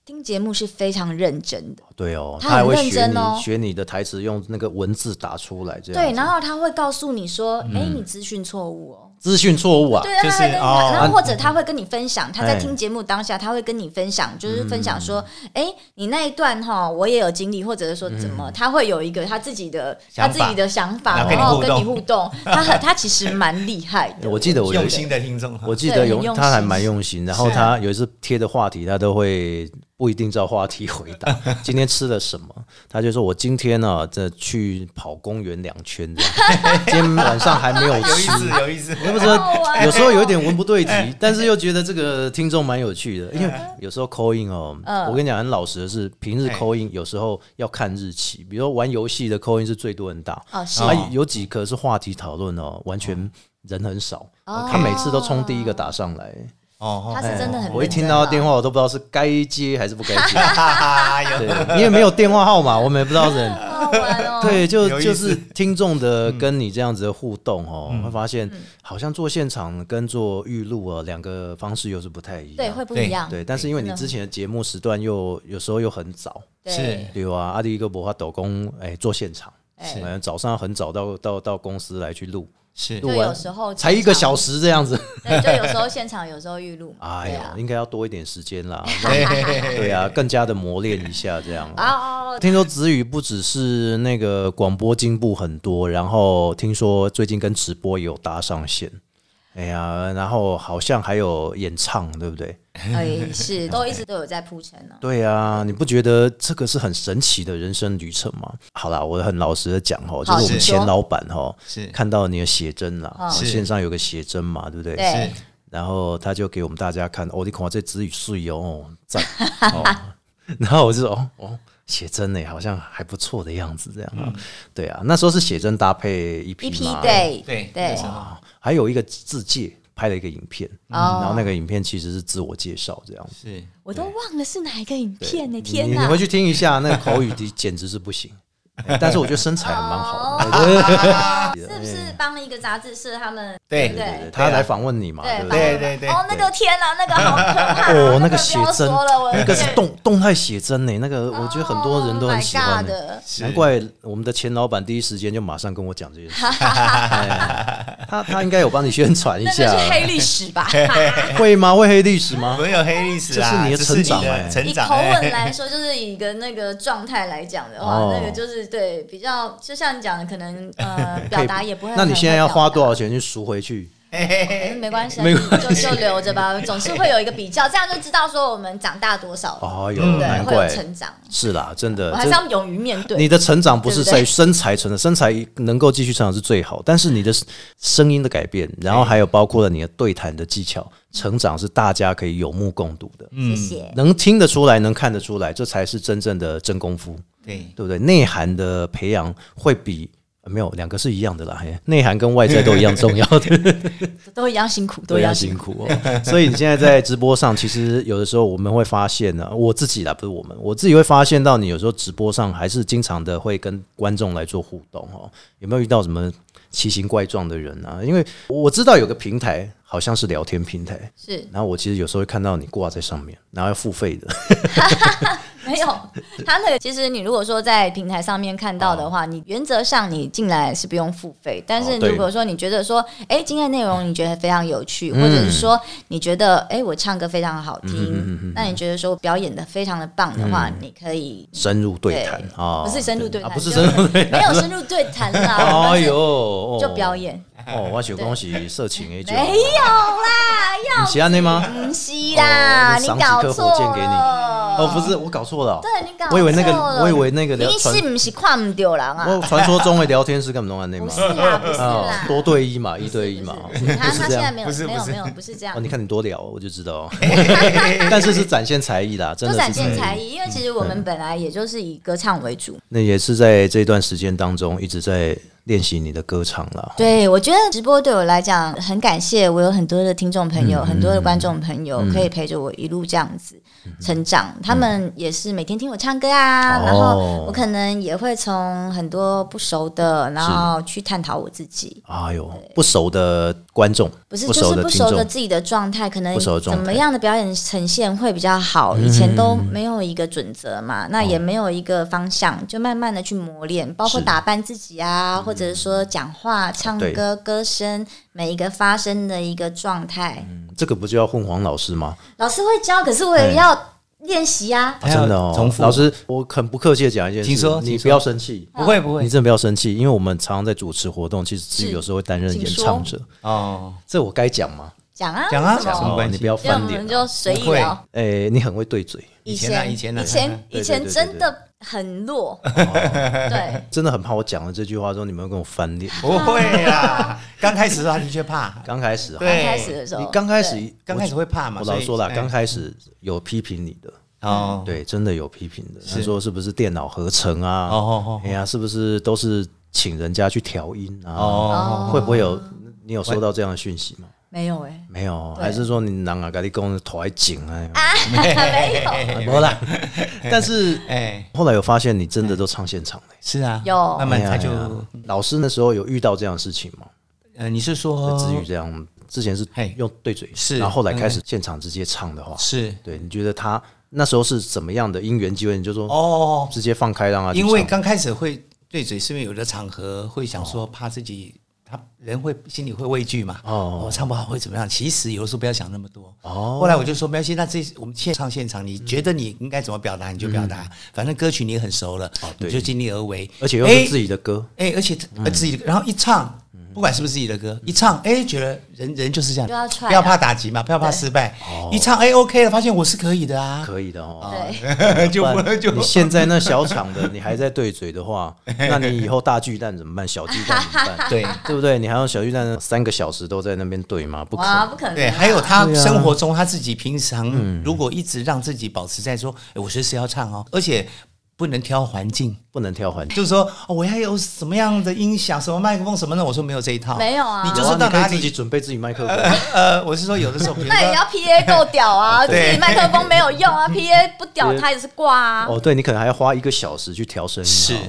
Speaker 4: 听节目是非常认真的，
Speaker 1: 对哦，
Speaker 4: 他
Speaker 1: 还
Speaker 4: 很
Speaker 1: 会
Speaker 4: 认
Speaker 1: 学
Speaker 4: 真
Speaker 1: 你、
Speaker 4: 哦
Speaker 1: 学你的台词，用那个文字打出来，这样
Speaker 4: 对，
Speaker 1: 子
Speaker 4: 然后他会告诉你说，
Speaker 1: 嗯
Speaker 4: 哎，你资讯错误哦，
Speaker 1: 资讯错误啊，
Speaker 4: 对，
Speaker 3: 就是
Speaker 4: 他会跟你
Speaker 3: 哦
Speaker 4: 讲，然后或者他会跟你分享，他在
Speaker 1: 哎
Speaker 4: 听节目当下，他会跟你分享，就是分享说，哎，你那一段哈，我也有经历，或者是说怎么，他会有一个他自己的他
Speaker 3: 想
Speaker 4: 自
Speaker 3: 法
Speaker 4: 己的想
Speaker 3: 然后
Speaker 4: 法，
Speaker 3: 跟你
Speaker 4: 然后
Speaker 3: 互
Speaker 4: 跟你
Speaker 3: 动
Speaker 4: 互动，他很他其实蛮厉害的，
Speaker 1: 我记得我有
Speaker 3: 用心的听众，
Speaker 1: 我记
Speaker 4: 对
Speaker 1: 得
Speaker 4: 很
Speaker 1: 有
Speaker 4: 用
Speaker 1: 他还
Speaker 4: 心
Speaker 1: 蛮用心，然后
Speaker 3: 是啊
Speaker 1: 他有一次贴的话题，他都会不一定照话题回 答。今天吃了什么？他就说我今天呢、这去跑公园两圈这样，今天晚上还没有
Speaker 3: 有意
Speaker 1: 吃。
Speaker 3: 思，有意思。
Speaker 1: 我不知
Speaker 4: 好好
Speaker 1: 道，
Speaker 4: 玩
Speaker 1: 有时候有一点文不对题，但是又觉得这个听众蛮有趣的，因为有时候 call in 哦，
Speaker 4: 嗯
Speaker 1: 我跟你讲很老实的是，平日
Speaker 3: 哎
Speaker 1: call in 有时候要看日期，比如说玩游戏的 call in 是最多人打，
Speaker 4: 哦，是
Speaker 3: 啊
Speaker 1: 啊，有几个是话题讨论哦，完全人很少，
Speaker 4: 哦
Speaker 1: 他每次都冲第一个打上来。哎
Speaker 3: 哦
Speaker 4: 他是真 的很认真啊，
Speaker 1: 我一听到电话，我都不知道是该接还是不该接。
Speaker 3: 哈，有
Speaker 1: 对，因为没有电话号码，我们也不知道人。
Speaker 4: 好好玩哦，
Speaker 1: 对，就
Speaker 3: 有意思嗯
Speaker 1: 就是听众的跟你这样子的互动哦，会发现
Speaker 4: 嗯
Speaker 1: 好像做现场跟做预录啊，两个方式又是不太一样。
Speaker 4: 对，会不一样，
Speaker 1: 对，但是因为你
Speaker 4: 真的
Speaker 1: 之前的节目时段又有时候又很早，
Speaker 4: 对
Speaker 3: 是，
Speaker 1: 对吧？阿弟一个博法抖工，哎，做现场，
Speaker 4: 哎
Speaker 1: 哎早上很早到到到公司来去录，
Speaker 3: 是
Speaker 1: 录
Speaker 4: 就
Speaker 1: 完
Speaker 4: 有时候
Speaker 1: 才一个小
Speaker 4: 时，
Speaker 1: 时这样子，
Speaker 4: 哦对，就有时候现场，有时候预录嘛，
Speaker 1: 哎
Speaker 4: 对
Speaker 1: 呀
Speaker 4: 啊，
Speaker 1: 应该要多一点时间 啦，
Speaker 3: 对
Speaker 1: 对啊，更加的磨练一下这样。
Speaker 4: 啊哦，哦
Speaker 1: 听说子宇不只是那个广播进步很多，然后听说最近跟直播也有搭上线。哎呀，然后好像还有演唱，对不对？
Speaker 4: 哎，是，都一直都有在铺陈呢。
Speaker 1: 对啊，你不觉得这个是很神奇的人生旅程吗？好啦，我很老实的讲哦，就是我们
Speaker 3: 是
Speaker 1: 前老板哦，
Speaker 3: 是
Speaker 1: 看到你的写真啦，我
Speaker 3: 是
Speaker 1: 线上有个写真嘛，对不对？
Speaker 4: 对
Speaker 3: 是，
Speaker 1: 然后他就给我们大家看，哦，你看这子语碎哦，赞。哦、 然后我就说，哦哦，写真呢，好像还不错的样子，这样、啊。对啊，那时候是写真搭配一
Speaker 4: 一
Speaker 1: 批
Speaker 4: 批
Speaker 1: 嘛，
Speaker 4: 对
Speaker 3: 对
Speaker 4: 对，
Speaker 1: 啊，还有一个自介拍了一个影片，然后
Speaker 4: 哦，
Speaker 1: 那个影片其实是自我介绍这样子。
Speaker 3: 是
Speaker 4: 我都忘了是哪一个影
Speaker 1: 对
Speaker 4: 片呢？
Speaker 1: 你
Speaker 4: 天
Speaker 1: 你
Speaker 4: 哪
Speaker 1: 你！回去听一下，那个口语的简直是不 行。哎但是我觉得身材还蛮好的，
Speaker 4: 哦 是不是帮了一个杂志社他们？
Speaker 3: 对
Speaker 1: 对
Speaker 4: 对
Speaker 1: 对
Speaker 4: 对啊
Speaker 1: 对，他来访问你嘛，对
Speaker 4: 对
Speaker 1: 不啊
Speaker 4: 帮
Speaker 1: 对？
Speaker 4: 了
Speaker 3: 对对对
Speaker 4: 哦，那个天哪，那个好可怕
Speaker 1: 哦，那
Speaker 4: 那
Speaker 1: 个
Speaker 4: 个
Speaker 1: 写
Speaker 4: 不要
Speaker 1: 真
Speaker 4: 说了，我，
Speaker 1: 那个是
Speaker 4: 天
Speaker 1: 动动态写真呢，那个我觉得很多人都很喜
Speaker 4: Oh my
Speaker 1: 欢欸
Speaker 4: God
Speaker 1: 呢。
Speaker 4: 的。
Speaker 3: 是
Speaker 1: 难怪我们的前老板第一时间就马上跟我讲这件事， 哎他他应该有帮你宣传一
Speaker 4: 那个
Speaker 1: 下，
Speaker 4: 是黑历史 吧？
Speaker 1: 会吗？会黑历史 吗？
Speaker 3: 没有黑历史
Speaker 1: 这是
Speaker 3: 啊，
Speaker 1: 你的
Speaker 3: 只是
Speaker 1: 成长
Speaker 3: 你的
Speaker 1: 哎
Speaker 4: 以
Speaker 3: 成长
Speaker 4: 口吻
Speaker 3: 哎，
Speaker 4: 来说，就是以一个那个状态来讲的话，
Speaker 1: 哦
Speaker 4: 那个就是对比较，就像你讲的，可能 呃表达也不会很。
Speaker 1: 那你现在要花多
Speaker 4: 少？
Speaker 1: 少钱去赎回去？
Speaker 4: 哎没关系啊，
Speaker 1: 没
Speaker 4: 就就留着吧，总是会有一个比较，这样就知道说我们长大多少了，
Speaker 1: 哦，有
Speaker 3: 嗯
Speaker 4: 对，
Speaker 1: 难
Speaker 4: 会有
Speaker 1: 怪
Speaker 4: 成长。
Speaker 1: 是啦，真的
Speaker 4: 我还，是
Speaker 1: 这
Speaker 4: 要勇于面对。
Speaker 1: 你的成长不是
Speaker 4: 对
Speaker 1: 在
Speaker 4: 不对
Speaker 1: 身材成长，身材能够继续成长是最好，但是你的声音的改变，然后还有包括了你的对谈的技巧，成长是大家可以有目共睹的，
Speaker 4: 谢谢。
Speaker 1: 能听得出来，能看得出来，这才是真正的真功夫。
Speaker 3: 对
Speaker 1: 对不对？内涵的培养会比、呃没有两个是一样的啦，嘿内涵跟外在都一样 重要的，
Speaker 4: 都一样辛苦，
Speaker 1: 都
Speaker 4: 都
Speaker 1: 一
Speaker 4: 一
Speaker 1: 样
Speaker 4: 样
Speaker 1: 辛
Speaker 4: 辛苦。
Speaker 1: 苦哦。所以你现在在直播上，其实有的时候我们会发现呢、我自己啦，不是我们，我自己会发现到你有时候直播上还是经常的会跟观众来做互动哦。有没有遇到什么奇形怪状的人啊？因为我知道有个平台好像是聊天平台。
Speaker 4: 是
Speaker 1: 然后我其实有时候会看到你挂在上面，然后要付费的，
Speaker 4: 没有 他那个，其实你如果说在平台上面看到的话，你原则上你进来是不用付费。但是
Speaker 1: 啊哦对
Speaker 4: 如果说你觉得说，哎、今天的内容你觉得非常有趣，
Speaker 1: 嗯
Speaker 4: 或者是说你觉得，哎、我唱歌非常好听，
Speaker 1: 嗯
Speaker 4: 那你觉得说我表演的非常的棒的话，你可以
Speaker 1: 深入对谈
Speaker 4: 对
Speaker 1: 啊，
Speaker 4: 不是深入对谈
Speaker 1: 啊不是
Speaker 4: 就
Speaker 1: 深入对谈，
Speaker 4: 没有深入对谈啦，
Speaker 1: 哎
Speaker 4: 但是
Speaker 1: 呦，哦
Speaker 4: 就表演、
Speaker 1: 哦，我想讲是色情 A 酒，
Speaker 4: 没有啦，
Speaker 1: 你嗯是安内吗？
Speaker 4: 要不是啦，
Speaker 1: 哦
Speaker 4: 你
Speaker 1: 赏几
Speaker 4: 搞
Speaker 1: 颗
Speaker 4: 错
Speaker 1: 火箭给你
Speaker 4: 了，
Speaker 1: 哦，不是，我搞错了哦。
Speaker 4: 对你搞
Speaker 1: 我以为那
Speaker 4: 错
Speaker 1: 个，
Speaker 4: 了
Speaker 1: 我以为那个聊
Speaker 4: 你
Speaker 1: 传，
Speaker 4: 是不是看唔到人啊？
Speaker 1: 我传说中的聊天是干嘛弄安内
Speaker 4: 不
Speaker 1: 吗
Speaker 4: 是？啦，不是
Speaker 1: 哦
Speaker 4: 啦，
Speaker 1: 多对一嘛，一对一
Speaker 4: 不是
Speaker 1: 嘛，
Speaker 4: 不
Speaker 1: 哦
Speaker 4: 是他他
Speaker 1: 这
Speaker 4: 现在
Speaker 1: 样。
Speaker 4: 没有
Speaker 3: 不是
Speaker 4: 没有
Speaker 3: 不是
Speaker 4: 没有不是这样
Speaker 1: 哦，你。看你多聊，我就知道 哦。但是是展现才艺啦，真
Speaker 4: 就
Speaker 1: 的
Speaker 4: 展
Speaker 1: 是嗯
Speaker 4: 现才
Speaker 1: 艺。
Speaker 4: 艺，因为其实我们本来也就是以歌唱为主，
Speaker 1: 那也是在这段时间当中一直在练习你的歌唱了。
Speaker 4: 对，我觉得直播对我来讲很感谢，我有很多的听众朋
Speaker 3: 嗯
Speaker 4: 友，很多的观众朋友、可以陪着我一路这样子
Speaker 3: 嗯
Speaker 4: 成长。他们也是每天听我唱歌啊，
Speaker 1: 哦
Speaker 4: 然后我可能也会从很多不熟的，然后去探讨我自己。
Speaker 1: 哎呦，不熟的观众，
Speaker 4: 不是，就
Speaker 1: 熟
Speaker 4: 是
Speaker 1: 的
Speaker 4: 不
Speaker 1: 听
Speaker 4: 熟
Speaker 1: 众
Speaker 4: 的，自己的状态，可能
Speaker 1: 不熟的状
Speaker 4: 怎
Speaker 1: 态嗯
Speaker 4: 么样的表演呈现会比较好。以前都没有一个准则嘛，那也没有一个方向，就慢慢的去磨练，包括
Speaker 1: 哦是嗯
Speaker 4: 打扮自己啊，或者是说讲话、唱
Speaker 1: 对
Speaker 4: 歌、歌声，每一个发声的一个状态，
Speaker 1: 嗯这个不就要混黄老师吗？
Speaker 4: 老师会教，可是我也
Speaker 1: 哎
Speaker 4: 要练习啊。
Speaker 1: 啊真的哦，
Speaker 3: 重复
Speaker 1: 老师，我很不客气的讲一件事，
Speaker 3: 请说
Speaker 1: 你
Speaker 3: 请说
Speaker 1: 不要生气。
Speaker 4: 啊
Speaker 3: 不会不
Speaker 1: 你
Speaker 3: 会
Speaker 1: 真的不要生气，因为我们常常在主持活动，其实自己
Speaker 4: 是
Speaker 1: 有时候会担任
Speaker 4: 请
Speaker 1: 演
Speaker 4: 说
Speaker 1: 唱者，
Speaker 3: 哦，
Speaker 1: 这我该讲吗？
Speaker 4: 讲啊，
Speaker 3: 讲啊
Speaker 4: 为什
Speaker 3: 讲什么
Speaker 4: 么？
Speaker 3: 关系
Speaker 1: 你不要
Speaker 4: 所以我
Speaker 1: 翻脸
Speaker 4: 们
Speaker 1: 啊。
Speaker 4: 就随意
Speaker 3: 不会
Speaker 4: 聊。
Speaker 1: 哎、你很会对嘴，
Speaker 3: 以前啊以前啊
Speaker 4: 以
Speaker 3: 嗯
Speaker 4: 前
Speaker 1: 对对
Speaker 4: 以前
Speaker 1: 对对哦
Speaker 4: 真的很弱，对。
Speaker 1: 真的很怕我讲了这句话之后，你们会跟我翻脸。
Speaker 3: 不会 啦。刚开始的话的确怕，
Speaker 1: 刚开始哈，
Speaker 3: 对
Speaker 4: 刚开始的时候，
Speaker 1: 你刚开
Speaker 4: 对
Speaker 1: 始，
Speaker 3: 刚开始会怕嘛。
Speaker 1: 我老实说
Speaker 3: 了
Speaker 1: 啦，，刚开始有批评你的，
Speaker 3: 哦，
Speaker 1: 对，真的有批评的。他说是不是电脑合成啊？
Speaker 3: 哦哦哦
Speaker 1: 哎呀，是不是都是请人家去调音啊？
Speaker 3: 哦
Speaker 1: 会不会有你有收到这样的讯息吗？
Speaker 4: 没有哎、
Speaker 1: 没有，
Speaker 4: 对
Speaker 1: 还是说你拿啊咖喱公头还紧啊？
Speaker 4: 没有，
Speaker 1: 没有 啦。但是
Speaker 3: 哎，
Speaker 1: 后来有发现，你真的都唱现场的。
Speaker 3: 是啊，
Speaker 4: 有
Speaker 3: 慢慢
Speaker 1: 哎
Speaker 3: 他
Speaker 1: 呀
Speaker 3: 就
Speaker 1: 哎呀老师那时候有遇到这样的事情吗？
Speaker 3: 呃，你是说
Speaker 1: 至于这样，之前是
Speaker 3: 嘿
Speaker 1: 用对嘴，
Speaker 3: 是嗯
Speaker 1: 然后后来开始现场直接唱的话，
Speaker 3: 是
Speaker 1: 对，你觉得他那时候是怎么样的因缘机会？你就说
Speaker 3: 哦，
Speaker 1: 直接放开让他去
Speaker 3: 因为
Speaker 1: 唱
Speaker 3: 刚开始会对嘴，是因为有的场合会想说怕自己。他人会心里会畏惧嘛？
Speaker 1: 哦
Speaker 3: 哦，我唱不好会怎么样？其实有的时候不要想那么多。
Speaker 1: 哦
Speaker 3: 后来我就说没关系，那这我们现场现场，你觉得你应该怎么表达你就表达，反正歌曲你也很熟了，
Speaker 1: 嗯哦对
Speaker 3: 你就尽力而为。
Speaker 1: 而且又是自
Speaker 3: 己，
Speaker 1: 己的歌，
Speaker 3: 哎、而且、
Speaker 1: 嗯
Speaker 3: 呃自己的，然后一唱，不管是不是自己的歌，一唱，哎、觉得人人就是这样，
Speaker 4: 就要 try 啊
Speaker 3: 不要怕打击嘛，不要怕失败，
Speaker 1: 哦
Speaker 3: 一唱，哎、o k 了，发现我是可以的啊，
Speaker 1: 可以的哦。
Speaker 4: 对，
Speaker 3: 哎就
Speaker 1: 不
Speaker 3: 不
Speaker 1: 然
Speaker 3: 就
Speaker 1: 你现在那小厂的，你还在对嘴的 话，那你以后大巨蛋怎么办？小巨蛋怎么办？
Speaker 3: 对
Speaker 1: 对不对？你还要小巨蛋三个小时都在那边对吗？不可
Speaker 4: 哇，
Speaker 1: 能。
Speaker 4: 不可能、啊。
Speaker 3: 对，还有他
Speaker 1: 对啊嗯
Speaker 3: 生活中他自己平常如果一直让自己保持在说，哎我随时要唱哦，而且不能挑环境，
Speaker 1: 不能挑环境。
Speaker 3: 就是说哦我要有什么样的音响、什么麦克风什么的，我说没有这一套，
Speaker 4: 没有啊
Speaker 3: 你就
Speaker 1: 有啊
Speaker 3: 是到
Speaker 1: 你可以
Speaker 3: 哪
Speaker 1: 自己嗯
Speaker 3: 里？
Speaker 1: 准备自己麦 克风，
Speaker 3: 呃，我是说有的时候，比如
Speaker 4: 那也
Speaker 3: 说
Speaker 4: 要 PA 够屌
Speaker 1: 哦
Speaker 4: 啊，自
Speaker 3: 对
Speaker 4: 己麦克风没有用啊，PA 不屌，
Speaker 1: 对
Speaker 4: 它也是挂啊。
Speaker 1: 哦，对你可能还要花一个小时去调声音。哦
Speaker 3: 是
Speaker 1: 好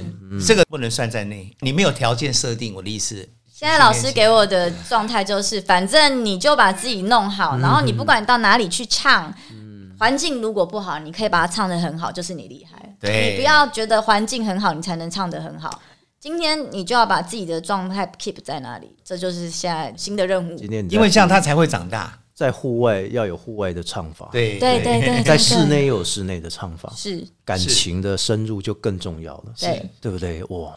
Speaker 3: 这个不能算在内，你没有条件设定，我的意思。
Speaker 4: 现在老师给我的状态就是，反正你就把自己弄
Speaker 1: 嗯
Speaker 4: 好，然后你不管到哪里去唱，环境如果不好，你可以把它唱得很好，就是你厉害。
Speaker 3: 对
Speaker 4: 你不要觉得环境很好，你才能唱得很好。今天你就要把自己的状态 keep 在那里，这就是现在新的任务。
Speaker 1: 今天你在
Speaker 3: 因为这样他才会长大。
Speaker 1: 在户外要有户外的唱法，，
Speaker 3: 对
Speaker 4: 对对对，
Speaker 1: 在
Speaker 4: 对
Speaker 1: 室内也有室内的唱法，
Speaker 4: 是
Speaker 1: 感情的深入就更重要了，
Speaker 4: 对是
Speaker 1: 对不对？哇，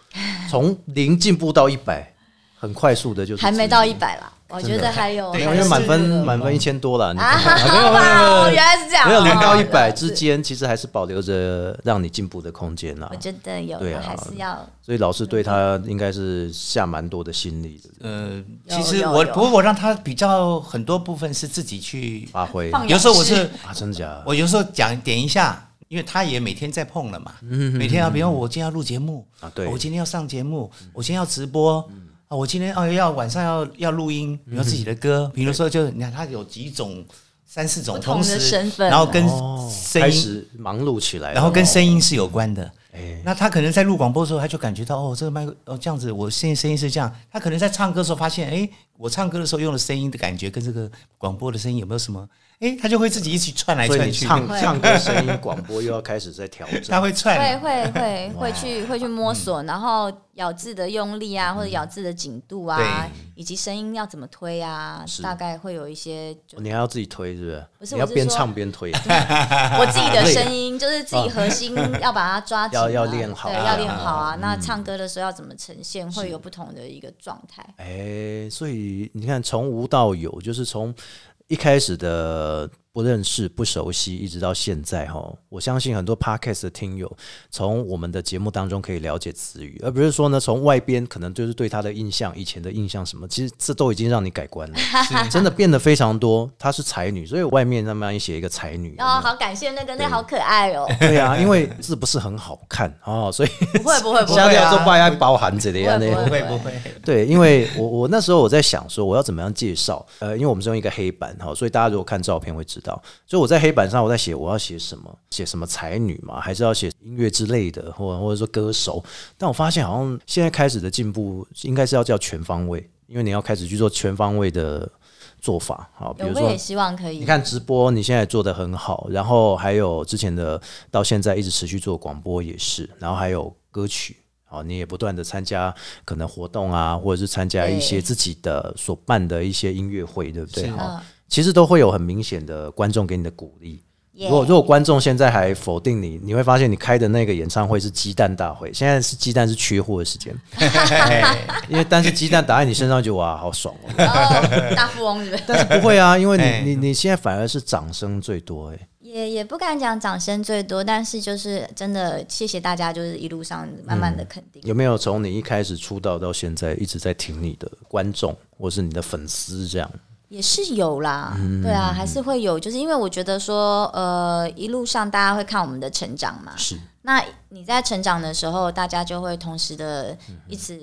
Speaker 1: 从零进步到一百，很快速的就是
Speaker 4: 还没到一
Speaker 1: 百，
Speaker 4: 百啦，我觉得还有，
Speaker 1: 没
Speaker 3: 对没
Speaker 1: 有，
Speaker 3: 有
Speaker 1: 因为满分
Speaker 4: 还有
Speaker 1: 满分一千多了，你
Speaker 4: 啊，
Speaker 1: 看看没有没有
Speaker 4: 好吧，
Speaker 1: 没有
Speaker 4: 原来是这样，
Speaker 1: 没有零到一百
Speaker 4: 哦
Speaker 1: 之，间，其实还是保留着让你进步的空间啦
Speaker 4: 我。觉得有
Speaker 1: 对，啊
Speaker 4: 还是要
Speaker 1: 所以老师对他应该是下蛮多的心力的
Speaker 3: 呃，
Speaker 4: 有
Speaker 3: 其实
Speaker 4: 有
Speaker 3: 我
Speaker 4: 有
Speaker 3: 不过我让他比较很多部分是自己去，
Speaker 1: 发挥
Speaker 4: 放
Speaker 1: 啊，
Speaker 4: 养
Speaker 3: 有时候我
Speaker 4: 是
Speaker 3: 是
Speaker 1: 真假？
Speaker 3: 我有时候讲点一下，因为他也每天在碰了嘛，
Speaker 1: 嗯
Speaker 3: 每天啊，比方我今天要录节目
Speaker 1: 啊对嗯
Speaker 3: 我今天要上节目，我今天要直播。啊，我今天哦要晚上要要录音，
Speaker 1: 嗯
Speaker 3: 比如自己的歌，比如说就你看他有几种三四种
Speaker 4: 不同
Speaker 3: 同时，
Speaker 4: 的身份啊
Speaker 3: 然后跟
Speaker 1: 哦，
Speaker 3: 声
Speaker 1: 开
Speaker 3: 音
Speaker 1: 始忙碌起来了，
Speaker 3: 然后跟声
Speaker 1: 音
Speaker 3: 音是有关的。
Speaker 1: 哦哎
Speaker 3: 那他可能在录广播的时候，他就感觉到哦，这个麦克哦这样子，我现在声音是这样。他可能在唱歌的时候发现，哎，我唱歌的时候用的声音的感觉跟这个广播的声音有没有什么？哎，他就会自己一起串来
Speaker 1: 所以
Speaker 3: 串
Speaker 1: 你
Speaker 3: 去，
Speaker 1: 唱
Speaker 4: 会
Speaker 1: 唱歌声音广播又要开始在调整
Speaker 3: 他。会
Speaker 4: 会
Speaker 3: 串。
Speaker 4: 会会会去会去摸索，然后咬字的用力啊，或者咬字的紧度啊，以及声音要怎么推啊，大概会有一些就
Speaker 1: 哦你还要自己推是不是？
Speaker 4: 不是
Speaker 1: 你要
Speaker 4: 我是
Speaker 1: 边
Speaker 4: 说
Speaker 1: 唱边推。
Speaker 4: 我自己的声音，就是自己核心要把它抓紧啊，
Speaker 1: 要要练好
Speaker 4: 对，
Speaker 1: 啊
Speaker 4: 要练好啊。那唱歌的时候要怎么呈现，会有不同的一个状态。
Speaker 1: 哎，所以你看，从无到有，就是从一开始的不认识、不熟悉，一直到现在哈，我相信很多 podcast 的听友从我们的节目当中可以了解词语，而不是说呢从外边可能就是对他的印象、以前的印象什么，其实这都已经让你改观了，真的变得非常多。她是才女，所以外面那么样一写一个才女，
Speaker 4: 然哦后好感谢那个，那好可爱哦。
Speaker 1: 对啊，因为字不是很好看哦，所以
Speaker 4: 不会不会不
Speaker 3: 会
Speaker 1: 下掉做拜爱包含着的呀那
Speaker 4: 不。
Speaker 3: 不
Speaker 4: 会
Speaker 3: 会不会，
Speaker 1: 对，因为我我那时候我在想说我要怎么样介绍，呃，因为我们是用一个黑板哈，所以大家如果看照片会知道，所以我在黑板上我在写我要写什么，写什么才女嘛，还是要写音乐之类的，或或者说歌手。但我发现好像现在开始的进步应该是要叫全方位，因为你要开始去做全方位的做法好，比
Speaker 4: 有
Speaker 1: 如
Speaker 4: 我
Speaker 1: 说
Speaker 4: 也希望可以
Speaker 1: 你。看直播，你现在做的很好，然后还有之前的到现在一直持续做广播也是，然后还有歌曲。好，你也不断的参加可能活动啊，或者是参加一些
Speaker 4: 对
Speaker 1: 自己的所办的一些音乐会，对不对？
Speaker 3: 是
Speaker 1: 好
Speaker 4: 嗯，
Speaker 1: 其实都会有很明显的观众给你的鼓励。
Speaker 4: 耶
Speaker 1: 如果如果观众现在还否定你，你会发现你开的那个演唱会是鸡蛋大会，现在是鸡蛋是缺货的时 间，因为但是鸡蛋打在你身上就哇好爽哦，
Speaker 4: 哦大富翁是不是？
Speaker 1: 但是 不会 啊，因为
Speaker 3: 哎
Speaker 1: 你你你现在反而是掌声最多哎、
Speaker 4: 也也不敢讲掌声最多，但是就是真的谢谢大家，就是一路上慢慢
Speaker 1: 嗯
Speaker 4: 的肯定。
Speaker 1: 有没有从你一开始出道到现在一直在听你的观众或是你的粉丝这样？
Speaker 4: 也是有啦，
Speaker 1: 嗯
Speaker 4: 对啊，还是会有，就是因为我觉得说，呃，一路上大家会看我们的成长嘛。
Speaker 1: 是，
Speaker 4: 那你在成长的时候，大家就会同时的一直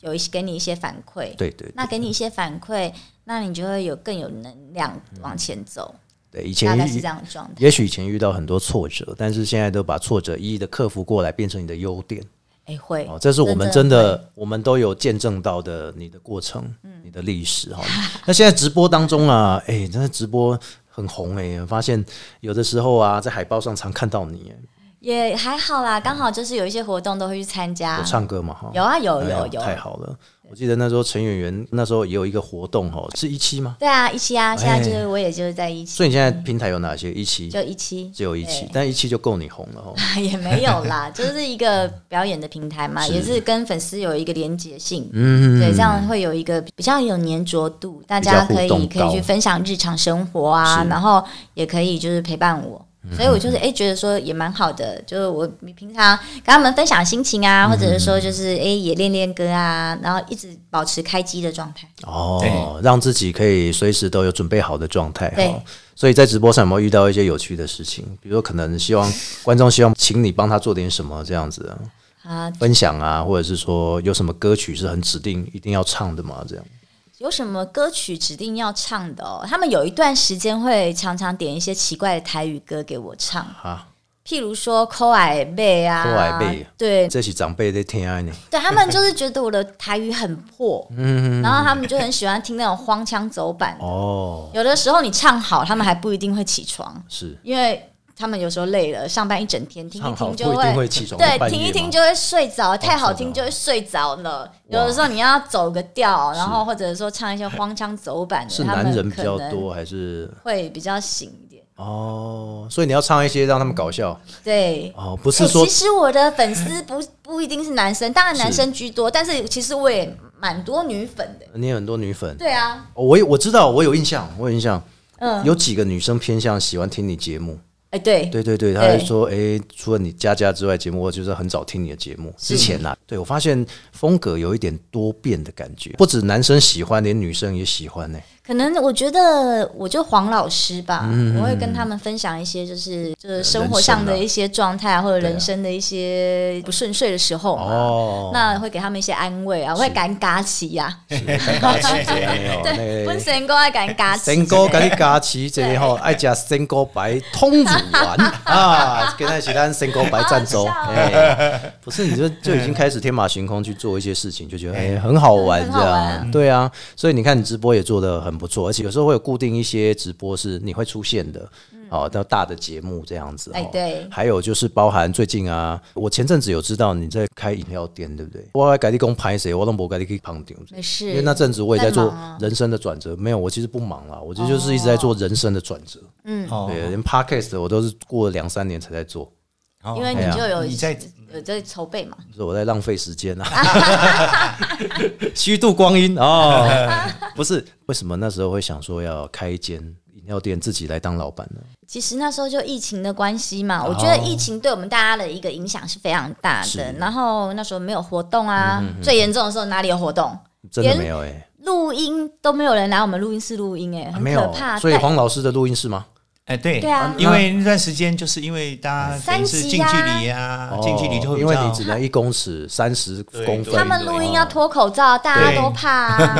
Speaker 4: 有一些给你一些反馈，
Speaker 1: 对对
Speaker 4: 那给你一些反馈，那你就会有更有能量往前走，
Speaker 1: 对，以
Speaker 4: 大
Speaker 1: 前
Speaker 4: 概是
Speaker 1: 遇
Speaker 4: 这样的状态。
Speaker 1: 也许以前遇到很多挫折，但是现在都把挫折一一的克服过来，变成你的优点。
Speaker 4: 哎、会
Speaker 1: 哦，这是我们真
Speaker 4: 会
Speaker 1: 的，我们都有见证到的你的过程，
Speaker 4: 嗯
Speaker 1: 你的历史哈。 那现在直播当中啊，哎，真的直播很红哎、我发现有的时候啊，在海报上常看到你、哎
Speaker 4: 也还好啦，刚好就是有一些活动都会去参加，
Speaker 1: 有唱歌嘛哈？
Speaker 4: 有啊有
Speaker 1: 哎呀
Speaker 4: 有有，
Speaker 1: 太好了！我记得那时候陈圆圆那时候也有一个活动哦，是一期吗？
Speaker 4: 对啊一期啊，现在就是
Speaker 1: 哎
Speaker 4: 我也就是在一期，
Speaker 1: 所以你现在平台有哪些？一期
Speaker 4: 就一期，
Speaker 1: 只有一期
Speaker 4: 对，
Speaker 1: 但一期就够你红了哦。
Speaker 4: 也没有 啦，就是一个表演的平台嘛，
Speaker 1: 是
Speaker 4: 也是跟粉丝有一个连结性，
Speaker 1: 嗯，
Speaker 4: 对，这样会有一个比较有粘着度，大家
Speaker 1: 比
Speaker 4: 可以
Speaker 1: 较互动
Speaker 4: 可以去
Speaker 1: 高
Speaker 4: 分享日常生活啊
Speaker 1: 是，嗯
Speaker 4: 然后也可以就是陪伴我。所以我就是哎、觉得说也蛮好的，就是我平常跟他们分享心情
Speaker 1: 嗯
Speaker 4: 啊，或者是说就是哎、也练练歌啊，然后一直保持开机的状态。
Speaker 1: 哦，
Speaker 3: 对
Speaker 1: 让自己可以随时都有准备好的状态
Speaker 4: 对
Speaker 1: 哈。所以在直播上有没有遇到一些有趣的事情？比如说可能希望观众希望请你帮他做点什么这样子啊、
Speaker 4: 啊，
Speaker 1: 分享啊，或者是说有什么歌曲是很指定一定要唱的嘛？这样
Speaker 4: 有什么歌曲指定要唱的哦？他们有一段时间会常常点一些奇怪的台语歌给我唱，
Speaker 1: 哈，
Speaker 4: 譬如说抠矮背啊，
Speaker 1: 抠矮背
Speaker 4: 对
Speaker 1: 这些长辈在听爱你，
Speaker 4: 对，他们就是觉得我的台语很破，
Speaker 1: 嗯
Speaker 4: 然后他们就很喜欢听那种荒腔走板。
Speaker 1: 哦，
Speaker 4: 有的时候你唱好，他们还不一定会起床，
Speaker 1: 是
Speaker 4: 因为他们有时候累了，上班一整天听一
Speaker 1: 唱好
Speaker 4: 听
Speaker 1: 不
Speaker 4: 就
Speaker 1: 一定会起床，
Speaker 4: 对，
Speaker 1: 半夜
Speaker 4: 听
Speaker 1: 嘛
Speaker 4: 一听就会睡着，太好
Speaker 1: 真的哦
Speaker 4: 听就会睡着了。有的时候你要走个调，然后或者说唱一些荒腔走板的，
Speaker 1: 是
Speaker 4: 他
Speaker 1: 男
Speaker 4: 们
Speaker 1: 人比
Speaker 4: 可
Speaker 1: 较
Speaker 4: 能
Speaker 1: 多还是
Speaker 4: 会比较醒一点。
Speaker 1: 哦？所以你要唱一些让他们搞笑
Speaker 4: 对，
Speaker 1: 哦，不
Speaker 4: 欸
Speaker 1: 是说
Speaker 4: 其实我的粉丝不 不一定是男生，当然男生居多，但是其实我也蛮多女粉的。
Speaker 1: 你有很多女粉，
Speaker 4: 对啊，
Speaker 1: 哦我有我知道，我有印象，我有印象，
Speaker 4: 嗯，
Speaker 1: 有几个女生偏向喜欢听你节目，
Speaker 4: 哎、对，
Speaker 1: 对对对，她会说，哎，除了你佳佳之外，节目我就是很少听你的节目。之前啦，对我发现风格有一点多变的感觉，不止男生喜欢，连女生也喜欢呢、
Speaker 4: 可能我觉得我就黄老师吧，
Speaker 1: 嗯
Speaker 4: 我会跟他们分享一些就是就是
Speaker 1: 啊
Speaker 4: 生活上的一些状态、啊、或者人生的一些不顺遂的时候嘛。
Speaker 1: 哦，
Speaker 4: 那会给他们一些安慰啊，我会赶嘎起啊呀、
Speaker 1: 哎对
Speaker 4: 对，温神公爱赶嘎起，
Speaker 1: 神哥跟你加持这里吼，爱食神哥白通乳 丸啊，跟他一起咱神哥白战粥。
Speaker 4: 好好笑啊
Speaker 1: 哎，不是，你就就已经开始天马行空去做一些事情，就觉得哎很好玩
Speaker 4: 很
Speaker 1: 这
Speaker 4: 好玩
Speaker 1: 样。对啊，所以你看你直播也做得很不错，而且有时候会有固定一些直播是你会出现的。哦，到大的节目这样子，
Speaker 4: 嗯哎
Speaker 1: 哦
Speaker 4: 对
Speaker 1: 还有就是包含最近啊，我前阵子有知道你在开饮料店，对不对？我改地工拍谁，我都没改地去旁听。
Speaker 4: 没事，
Speaker 1: 因为那阵子我也在做
Speaker 4: 在忙啊哦
Speaker 1: 人生的转折，没有，我其实不忙啦，我就就是一直在做人生的转折，
Speaker 3: 哦
Speaker 1: 对，连 podcast 我都是过了两三年才在做，
Speaker 3: 哦
Speaker 4: 因为你就有
Speaker 3: 你在
Speaker 4: 有在筹备嘛，
Speaker 1: 就是我在浪费时间 啊，哦 虚度光阴哦，不是，为什么那时候会想说要开一间饮饮料店自己来当老板呢？
Speaker 4: 其实那时候就疫情的关系
Speaker 1: 哦
Speaker 4: 嘛，我觉得疫情对我们大家的一个影响是非常大的
Speaker 1: 是。嗯
Speaker 4: 然后那时候没有活动啊，最严重的时候哪里有活动？
Speaker 1: 真的
Speaker 4: 连
Speaker 1: 没有哎、
Speaker 4: 录音都没有人来我们录音室录音、哎、
Speaker 1: 啊
Speaker 4: 很
Speaker 1: 没
Speaker 4: 可
Speaker 1: 有
Speaker 4: 怕。，
Speaker 1: 所以
Speaker 4: 但
Speaker 1: 黄老师的录音室吗？
Speaker 3: 哎，对
Speaker 4: 对啊
Speaker 3: 因为那段时间就是因为大家
Speaker 4: 三
Speaker 3: 等于是
Speaker 4: 级
Speaker 3: 近距
Speaker 4: 啊
Speaker 3: 离啊，近距离就会
Speaker 1: 哦
Speaker 3: 比
Speaker 1: 因为你
Speaker 3: 较
Speaker 1: 只能一公尺三十
Speaker 3: 对
Speaker 1: 公
Speaker 3: 对
Speaker 1: 分，
Speaker 4: 他们录音要脱口罩，大家
Speaker 3: 对
Speaker 4: 都怕、 啊，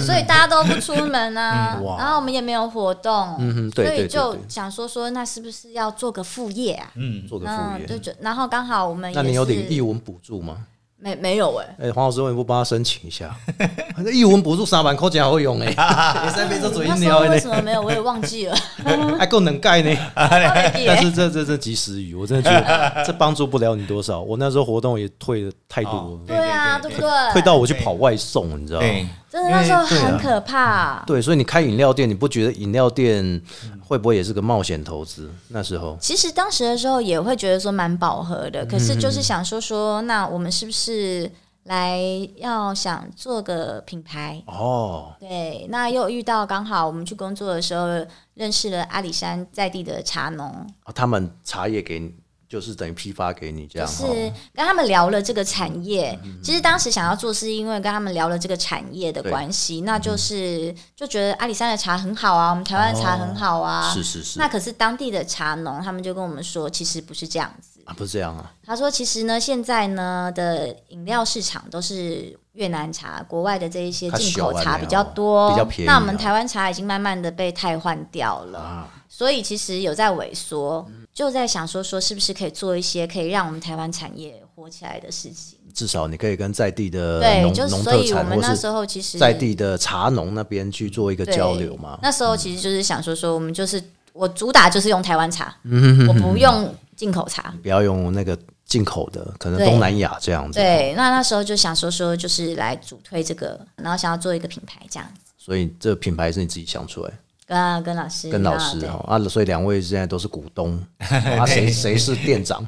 Speaker 4: 所以大家都不出门啊
Speaker 1: 嗯。哇
Speaker 4: 然后我们也没有活动，
Speaker 1: 嗯哼对
Speaker 4: 所
Speaker 1: 对对
Speaker 4: 以就
Speaker 1: 对
Speaker 4: 想说说，那是不是要做个副业啊？
Speaker 3: 嗯，
Speaker 1: 做个副
Speaker 4: 嗯，对，
Speaker 1: 业。
Speaker 4: 就然后刚好我们
Speaker 1: 那你
Speaker 4: 也
Speaker 1: 有
Speaker 4: 是
Speaker 1: 领译文补助吗？
Speaker 4: 没没有哎、
Speaker 1: 哎、黄老师，为什么不帮他申请一下？ 反正译文补助三万块钱好用 哎、欸，三边做嘴
Speaker 4: 那时
Speaker 1: 鸟
Speaker 4: 候为
Speaker 1: 呢
Speaker 4: 什，么没有？我也忘记了。
Speaker 1: 还够能盖呢。
Speaker 3: 哎
Speaker 1: 但
Speaker 4: 但
Speaker 1: 是这这这及时雨，我真的觉 得这帮助不了你多少。我那时候活动也退的太多
Speaker 3: 哦
Speaker 1: 了，
Speaker 4: 对啊，对
Speaker 3: 对
Speaker 4: 不
Speaker 3: 对
Speaker 4: 对？
Speaker 1: 退到我去跑外送，你知道吗？
Speaker 3: 对，呃
Speaker 4: 真的那时候
Speaker 3: 因为对啊
Speaker 4: 很可怕。
Speaker 1: 对，所以你开饮料店，你不觉得饮料店会不会也是个冒险投资？那时候
Speaker 4: 其实当时的时候也会觉得说蛮饱和
Speaker 1: 嗯
Speaker 4: 的，可是就是想说说，那我们是不是来要想做个品牌？
Speaker 3: 嗯
Speaker 1: 哦，
Speaker 4: 对，那又遇到刚好我们去工作的时候认识了阿里山在地的茶农，
Speaker 1: 啊他们茶叶给你就是等于批发给你这
Speaker 4: 就
Speaker 1: 样，
Speaker 4: 是
Speaker 1: 哦嗯
Speaker 4: 跟他们聊了这个产业。其实当时想要做，是因为跟他们聊了这个产业的
Speaker 1: 对嗯
Speaker 4: 关系，那就是就觉得阿里山的茶很好啊，我们台湾的茶很好
Speaker 1: 哦
Speaker 4: 啊。
Speaker 1: 是是是
Speaker 4: 那，可是当地的茶农，他们就跟我们说，其实不是这样子。
Speaker 1: 啊不是这样啊，
Speaker 4: 他说，其实呢，现在呢的饮料市场都是越南茶、国外的这一些
Speaker 1: 它
Speaker 4: 进
Speaker 1: 小
Speaker 4: 口
Speaker 1: 啊
Speaker 4: 茶
Speaker 1: 那
Speaker 4: 比
Speaker 1: 样
Speaker 4: 较
Speaker 1: 哦
Speaker 4: 多，
Speaker 1: 比较便宜
Speaker 4: 那我们
Speaker 1: 啊
Speaker 4: 台湾茶已经慢慢的被汰换掉了，
Speaker 1: 啊
Speaker 4: 所以其实有在萎缩，就在想说说是不是可以做一些可以让我们台湾产业火起来的事情。
Speaker 1: 至少你可以跟在地的
Speaker 4: 对，
Speaker 1: 呃农
Speaker 4: 就
Speaker 1: 农
Speaker 4: 所
Speaker 1: 特
Speaker 4: 以我
Speaker 1: 产
Speaker 4: 们
Speaker 1: 或
Speaker 4: 那
Speaker 1: 是
Speaker 4: 时候其实
Speaker 1: 在地的茶农那边去做一个
Speaker 4: 对
Speaker 1: 交流嘛。
Speaker 4: 那时候其实就是想说说，我们就是我主打就是用台湾茶，
Speaker 1: 嗯
Speaker 4: 我不用进口茶。
Speaker 1: 不要用那个进口的，可能
Speaker 4: 对
Speaker 1: 东南亚这样子。
Speaker 4: 对，那那时候就想说说，就是来主推这个，然后想要做一个品牌这样子，
Speaker 1: 所以这品牌是你自己想出来，
Speaker 4: 跟啊跟老师
Speaker 1: 跟老师
Speaker 4: 啊
Speaker 1: 哈啊，所以两位现在都是股 东，啊，谁谁是店长？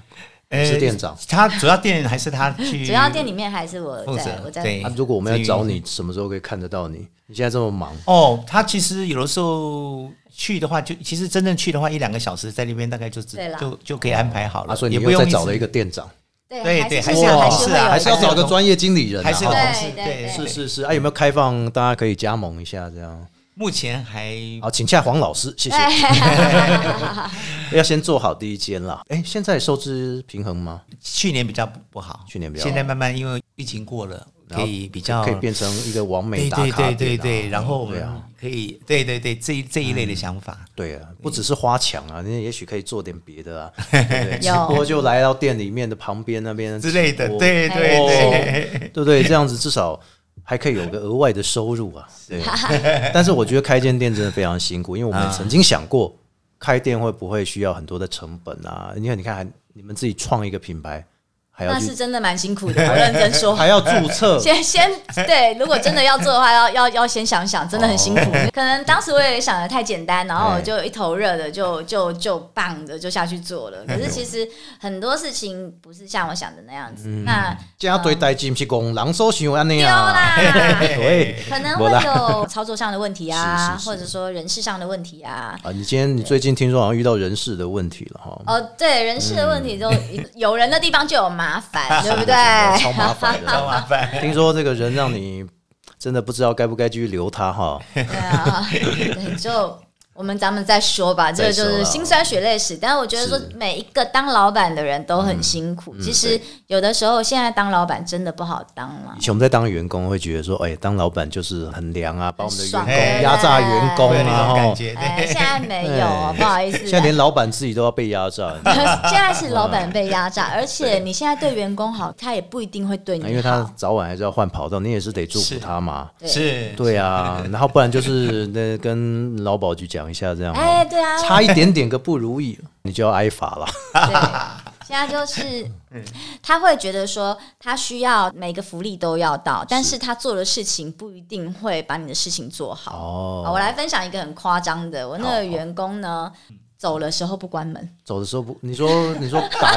Speaker 3: 哎
Speaker 1: 你是店长。
Speaker 3: 他主要店还是他去
Speaker 4: 对主要店里面还是我
Speaker 3: 嗯负
Speaker 4: 在
Speaker 3: 责
Speaker 4: 我在
Speaker 3: 对
Speaker 1: 啊，如果我们要找你，什么时候可以看得到你？你现在这么忙，
Speaker 3: 哦，他其实有的时候去的话，就其实真正去的话，一两个小时在那边大概就知
Speaker 4: 对啦
Speaker 3: 就就可以安排好了，
Speaker 1: 啊，所以
Speaker 3: 也
Speaker 1: 你
Speaker 3: 不
Speaker 1: 又
Speaker 3: 用
Speaker 1: 再
Speaker 3: 直
Speaker 1: 找了一个，店长，
Speaker 4: 对
Speaker 3: 对
Speaker 4: 还
Speaker 3: 对
Speaker 4: 是
Speaker 3: 还
Speaker 4: 会
Speaker 3: 是
Speaker 4: 有
Speaker 3: 有
Speaker 4: 还
Speaker 3: 同
Speaker 4: 是
Speaker 3: 事
Speaker 4: 会
Speaker 3: 啊
Speaker 4: 有
Speaker 1: 还
Speaker 3: 还
Speaker 1: 是
Speaker 3: 是
Speaker 1: 要
Speaker 3: 要
Speaker 1: 找
Speaker 3: 找
Speaker 1: 个
Speaker 3: 个
Speaker 1: 专业经理人啊，
Speaker 3: 还是有同事
Speaker 4: 对对
Speaker 3: 对
Speaker 4: 对
Speaker 1: 是是是啊，有没有开放大家可以加盟一下这样？
Speaker 3: 目前还
Speaker 1: 好，请下黄老师，谢谢。
Speaker 4: 哎
Speaker 1: 要先做好第一间啦。哎，现在收支平衡吗？
Speaker 3: 去年比较不不好，
Speaker 1: 去年比较
Speaker 3: 现在慢慢因为疫情过了，
Speaker 1: 然
Speaker 3: 可
Speaker 1: 后
Speaker 3: 以比较
Speaker 1: 可以变成一个完美
Speaker 3: 对
Speaker 1: 打
Speaker 3: 对
Speaker 1: 卡
Speaker 3: 对
Speaker 1: 点啊
Speaker 3: 对对，然后我
Speaker 1: 对
Speaker 3: 们
Speaker 1: 啊
Speaker 3: 可以对对对这一这一类的想法，
Speaker 1: 对啊，不只是花墙啊，你也许可以做点别的 啊，对不对直
Speaker 4: 有
Speaker 1: 播就来到店里面的旁边那边
Speaker 3: 之类的
Speaker 1: 直播
Speaker 3: 对
Speaker 4: 对对
Speaker 1: 哦对不对？这样子至少还可以有个额外的收入啊。 对，但是我觉得开间店真的非常辛苦，因为我们也
Speaker 3: 啊
Speaker 1: 曾经想过开店会不会需要很多的成本啊？你看，你看，还你们自己创一个品牌，还要
Speaker 4: 那是
Speaker 1: 去
Speaker 4: 真的蛮 辛苦的，我认真说。
Speaker 1: 还要注册，
Speaker 4: 先先对，如果真的要做的话，要要要先想想，真的很辛苦。
Speaker 3: 哦
Speaker 4: 可能当时我也想的太简单，然
Speaker 3: 哎
Speaker 4: 后我就一头热的就就就棒的就下去做了。可是其实很多事情不是像我想的那样子，
Speaker 3: 嗯
Speaker 4: 那
Speaker 1: 加对代金是工，狼收行安那
Speaker 4: 丢
Speaker 1: 样啊。
Speaker 4: 啦。
Speaker 1: 对
Speaker 4: 可能
Speaker 1: 没
Speaker 4: 会
Speaker 1: 啦
Speaker 4: 有操作上的问题啊，
Speaker 1: 是是是
Speaker 4: 或者说人事上的问题啊。
Speaker 1: 啊，你今天你最近听说好像遇到人事的问题了哈。嗯
Speaker 4: 哦，对，人事的问题都有人的地方就有 麻烦，对不对？
Speaker 1: 超麻烦
Speaker 3: 好
Speaker 1: 的。
Speaker 3: 麻烦。
Speaker 1: 听说这个人让你真的不知道该不该继续留他哈。
Speaker 4: 对啊，对，就我们咱们再说吧，这个就
Speaker 1: 再说
Speaker 4: 是
Speaker 1: 啦
Speaker 4: 辛酸血泪史。但是我觉得说
Speaker 1: 是，
Speaker 4: 每一个当老板的人都很辛苦。
Speaker 1: 嗯
Speaker 4: 其实有的时候，现在当老板真的不好当了
Speaker 1: 以。前我们在当员工会觉得说，哎，当老板就是很凉啊，把我们的员
Speaker 4: 爽
Speaker 1: 工压榨员工
Speaker 3: 会有那
Speaker 1: 啊，
Speaker 3: 种
Speaker 1: 哈
Speaker 3: 感。觉，
Speaker 4: 哎，
Speaker 3: 对
Speaker 4: 现在没有哦，不好意思。
Speaker 1: 现在连嗯老板自己都要被压榨，你知道
Speaker 4: 现在是老板被压榨，而且你现在对员工好，他也不一定会对你
Speaker 1: 吗
Speaker 4: 好。
Speaker 1: 因为他早晚还是要换跑道，你也是得祝福他嘛。
Speaker 4: 对
Speaker 3: 是，
Speaker 1: 对啊，然后不然就是那跟劳保局讲一下这样哦。
Speaker 4: 哎，对啊，
Speaker 1: 差一点点个不如意，你就要挨罚了。
Speaker 4: 对，现在就是他会觉得说，他需要每个福利都要到，但是他做的事情不一定会把你的事情做好。好啊我
Speaker 1: 哦，
Speaker 4: 来分享一个很夸张的，我那个员工呢，走的时候不关门，
Speaker 1: 走的时候不，你说 你说打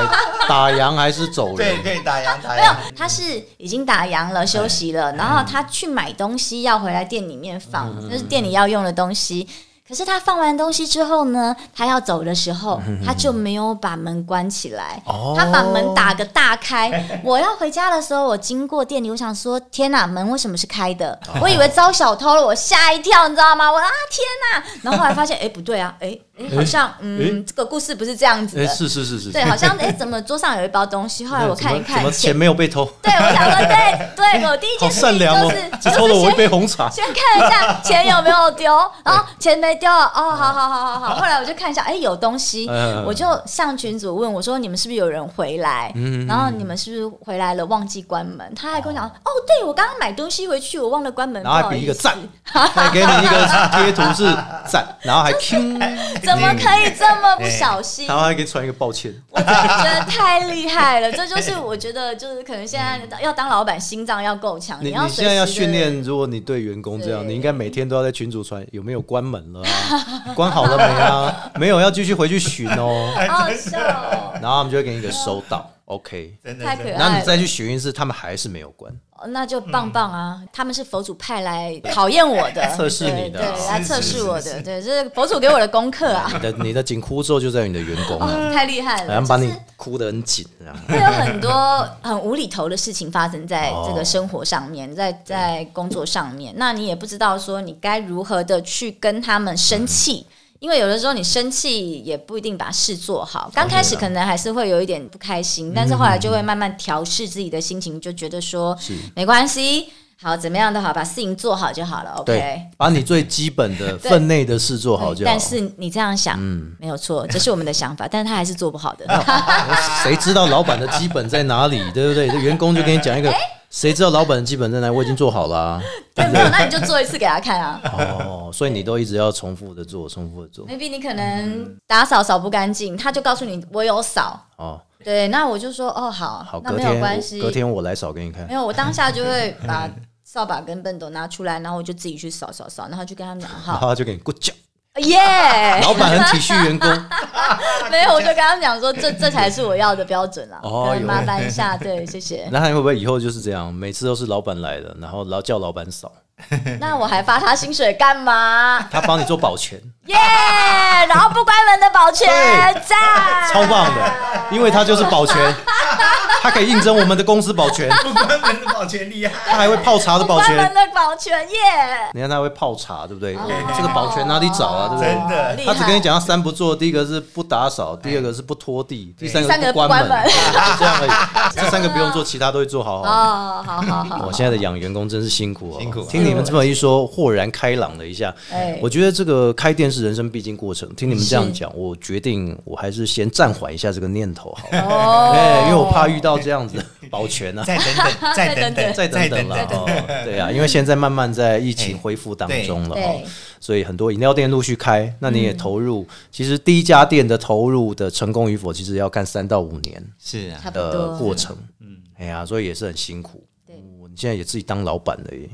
Speaker 1: 打烊还是走人
Speaker 3: 对？对，打烊打
Speaker 4: 没有
Speaker 3: 烊，，
Speaker 4: 他是已经打烊了，休
Speaker 1: 嗯
Speaker 4: 息了，然后他去买东西要回来店里面放，就是店里要用的东西。可是他放完东西之后呢，他要走的时候，他就没有把门关起来，
Speaker 1: 嗯哦
Speaker 4: 他把门打个大 开。我要回家的时候，我经过店里，我想说：天哪，门为什么是开的？
Speaker 1: 哦
Speaker 4: 我以为遭小偷了，我吓一跳，你知道吗？我啊天哪！然后后来发现，哎，不对啊，哎 哎，好像嗯，这个故事不是这样子
Speaker 1: 哎，
Speaker 4: 的。
Speaker 1: 是是是是，
Speaker 4: 对，好像哎，怎么桌上有一包 东西？后来我看一
Speaker 1: 怎
Speaker 4: 看
Speaker 1: 么，钱没有被偷，
Speaker 4: 对我想说， 对对，我第一
Speaker 1: 好
Speaker 4: 件事
Speaker 1: 善
Speaker 4: 情
Speaker 1: 良
Speaker 4: 就
Speaker 1: 哦
Speaker 4: 是，
Speaker 1: 只
Speaker 4: 就
Speaker 1: 偷了
Speaker 4: 是
Speaker 1: 我一
Speaker 4: 先
Speaker 1: 杯红茶。
Speaker 4: 先看一下钱有没有丢，然后钱没丢，哦，好好好好好。后来我就看一下，哎，有东西
Speaker 1: 嗯，
Speaker 4: 我就上群组问我说，你们是不是有人回来？
Speaker 1: 嗯
Speaker 4: 然后你们是不是回来了忘记关门？他还跟我讲，哦，对我刚刚买东西回去，我忘了关门，不
Speaker 1: 然后还
Speaker 4: 好
Speaker 1: 比一
Speaker 4: 意
Speaker 1: 个
Speaker 4: 思。
Speaker 1: 赞，还给你一个贴图是 赞，然后还 Q，
Speaker 4: 怎么可以这么
Speaker 1: 哎
Speaker 4: 不小心？
Speaker 1: 然后还给你传一个抱歉。
Speaker 4: 我真的觉得太厉害了，这就是我觉得就是可能现在要当老板，心脏要够强，
Speaker 1: 嗯你
Speaker 4: 要
Speaker 1: 你
Speaker 4: 随
Speaker 1: 现在要
Speaker 4: 时地
Speaker 1: 训练，如果你对员工这样，
Speaker 4: 对
Speaker 1: 你应该每天都要在群组传有没有关门了、 啊，关好了没啊？没有要继续回去寻哦，
Speaker 4: 好好笑哦，
Speaker 1: 然后他们就会给你一个收到，OK。
Speaker 3: 真的
Speaker 4: 太可
Speaker 3: 真的
Speaker 4: 爱了。
Speaker 1: 然后你再去询一次，他们还是没有关。
Speaker 4: 哦那就棒棒啊！他们是佛祖派来考验我的，
Speaker 1: 测试你的
Speaker 4: 对，对
Speaker 1: 是
Speaker 4: 来
Speaker 3: 是是
Speaker 4: 测试
Speaker 3: 是
Speaker 4: 我
Speaker 3: 是
Speaker 4: 的，对，这是佛祖给我的功课啊
Speaker 1: 你！的你的紧箍咒就在于你的员工啊，
Speaker 4: 哦，太厉害了，
Speaker 1: 然后把
Speaker 4: 就
Speaker 1: 你
Speaker 4: 是
Speaker 1: 箍得很紧啊。
Speaker 4: 会有很多很无厘头的事情发生在
Speaker 1: 哦
Speaker 4: 这个生活上面，在在工作上面，那你也不知道说你该如何的去跟他们
Speaker 1: 嗯
Speaker 4: 生气。因为有的时候你生气也不一定把事做好，
Speaker 1: 哦
Speaker 4: 刚开始可能还是会有一点不开心，
Speaker 1: 嗯
Speaker 4: 但是后来就会慢慢调试自己的心情，就觉得说没关系，好怎么样都好，把事情做好就好了。OK，
Speaker 1: 对，把你最基本的分内的事做好就嗯好。
Speaker 4: 但是你这样想，没有错，这是我们的想法，但是他还是做不好的。
Speaker 1: 哦谁知道老板的基本在哪里，对不对？这员工就跟你讲一
Speaker 4: 哎
Speaker 1: 个，谁知道老板的基本在哪？我已经做好了啊、
Speaker 4: 对，没有，那你就做一次给他看啊。
Speaker 1: 哦，所以你都一直要重复的做，重复的做。
Speaker 4: maybe 你可能打扫扫不干净，他就告诉你我有扫，
Speaker 1: 哦，
Speaker 4: 对，那我就说哦好，
Speaker 1: 好，
Speaker 4: 那
Speaker 1: 隔
Speaker 4: 没有
Speaker 1: 天
Speaker 4: 关系
Speaker 1: 我，隔天我来扫给你看
Speaker 4: 没。有，我当下就会把扫把跟畚斗拿出来，然后我就自己去扫扫扫，然后就跟他们讲
Speaker 1: 然
Speaker 4: 好，
Speaker 1: 后他就给你 good job，
Speaker 4: 耶，
Speaker 1: 老板很体恤员工，
Speaker 4: 没有，我就跟他们讲说这这才是我要的标准啦，
Speaker 1: 哦
Speaker 4: 可能
Speaker 1: 有
Speaker 4: 麻烦一下，对，谢谢。
Speaker 1: 那他会不会以后就是这样，每次都是老板来了，然后老叫老板扫，
Speaker 4: 那我还发他薪水干嘛？
Speaker 1: 他帮你做保全，
Speaker 4: 耶、然后不关门的保全
Speaker 1: 对
Speaker 4: 赞，
Speaker 1: 超棒的，因为他就是保全，他可以应征我们的公司保全，
Speaker 3: 不关门的保全厉害。
Speaker 1: 他还会泡茶的
Speaker 4: 不
Speaker 1: 保
Speaker 4: 关门
Speaker 1: 全，
Speaker 4: 的保全耶。
Speaker 1: 你看他会泡茶，对不
Speaker 3: 哦
Speaker 1: 对？这个保全哪里找啊，对不对？
Speaker 3: 真的
Speaker 4: 厉
Speaker 1: 他
Speaker 4: 害
Speaker 1: 只跟你讲到三不做，第一个是不打扫，
Speaker 3: 哎
Speaker 1: 第二个是不拖地，第三个
Speaker 4: 第三
Speaker 1: 是
Speaker 4: 个
Speaker 1: 关
Speaker 4: 不关
Speaker 1: 门，
Speaker 4: 门
Speaker 1: 就 这样而 已。这三个不用做，其他都会做好好。
Speaker 4: 哦，好好好，
Speaker 1: 我现在的养员工真是辛苦哦，
Speaker 3: 辛苦啊
Speaker 1: 听你们这么一说，豁然开朗了一下。
Speaker 4: 哎
Speaker 1: 我觉得这个开店是人生必经过程。听你们这样
Speaker 4: 是
Speaker 1: 讲，我决定我还是先暂缓一下这个念头好了，
Speaker 4: 哦
Speaker 1: 哎，因为我怕遇到这样 子的保全啊。
Speaker 3: 再 等等，再等
Speaker 1: 再等
Speaker 3: 等，
Speaker 1: 等了，哦，对啊，因为现在慢慢在疫情恢复当中了，
Speaker 4: 对
Speaker 1: 哦
Speaker 4: 对，
Speaker 1: 所以很多饮料店陆续开，那你也投入。
Speaker 4: 嗯
Speaker 1: 其实第一家店的投入的成功与否，其实要看三到五年
Speaker 3: 是啊
Speaker 4: 差，不
Speaker 1: 的
Speaker 4: 多
Speaker 1: 过程。嗯，哎呀，所以也是很辛苦。
Speaker 4: 对
Speaker 1: 哦你现在也自己当老板了耶，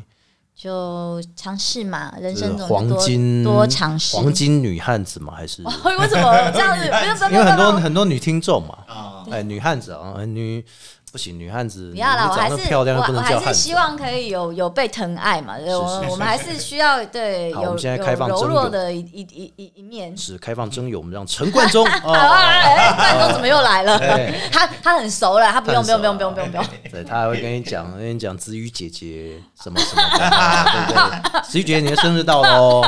Speaker 4: 就尝试嘛，人
Speaker 1: 是
Speaker 4: 生总是
Speaker 1: 黄
Speaker 4: 多
Speaker 1: 金
Speaker 4: 多尝试。哦
Speaker 1: 黄金女汉子嘛，还是
Speaker 4: 为什么这样子？不用不用不
Speaker 1: 因为
Speaker 4: 用
Speaker 1: 很
Speaker 4: 不
Speaker 1: 多
Speaker 4: 用，
Speaker 1: 很多女听众嘛，
Speaker 3: 啊，
Speaker 1: 哎，女汉子啊，哎女不行，女汉子
Speaker 4: 不要啦，
Speaker 1: 你
Speaker 4: 我
Speaker 1: 长
Speaker 4: 还
Speaker 1: 得
Speaker 4: 是
Speaker 1: 漂亮又不
Speaker 4: 我我
Speaker 1: 能叫
Speaker 4: 还
Speaker 1: 汉
Speaker 4: 是
Speaker 1: 子啊
Speaker 4: 希。望可以有有被疼爱嘛，对，我
Speaker 1: 是
Speaker 4: 我们还是需要对
Speaker 1: 好我
Speaker 4: 有
Speaker 1: 们现在
Speaker 4: 有
Speaker 1: 开放
Speaker 4: 柔
Speaker 1: 征友
Speaker 4: 弱的一一一一一面。
Speaker 1: 是开放征友，我们让陈冠 中
Speaker 4: 啊
Speaker 1: 哦。
Speaker 4: 哎，冠中怎么又来了
Speaker 1: 哎？
Speaker 4: 他他很熟了，他不用不
Speaker 1: 他很
Speaker 4: 用
Speaker 1: 熟
Speaker 4: 不用不用不用不 用。
Speaker 1: 对他还会跟你讲，跟你讲子瑜姐姐什么什么的， 对不对？子瑜姐姐，你的生日到了哦。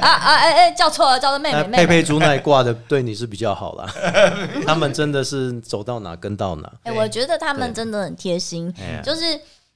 Speaker 4: 啊啊哎哎，叫错了，叫做妹
Speaker 1: 那
Speaker 4: 妹
Speaker 1: 佩
Speaker 4: 妹妹。
Speaker 1: 佩猪那一挂的对你是比较 好啦，他们真的是走到哪跟到哪。
Speaker 4: 哎，我觉得他们
Speaker 1: 对
Speaker 4: 真的很贴心
Speaker 1: 哎呀，
Speaker 4: 就是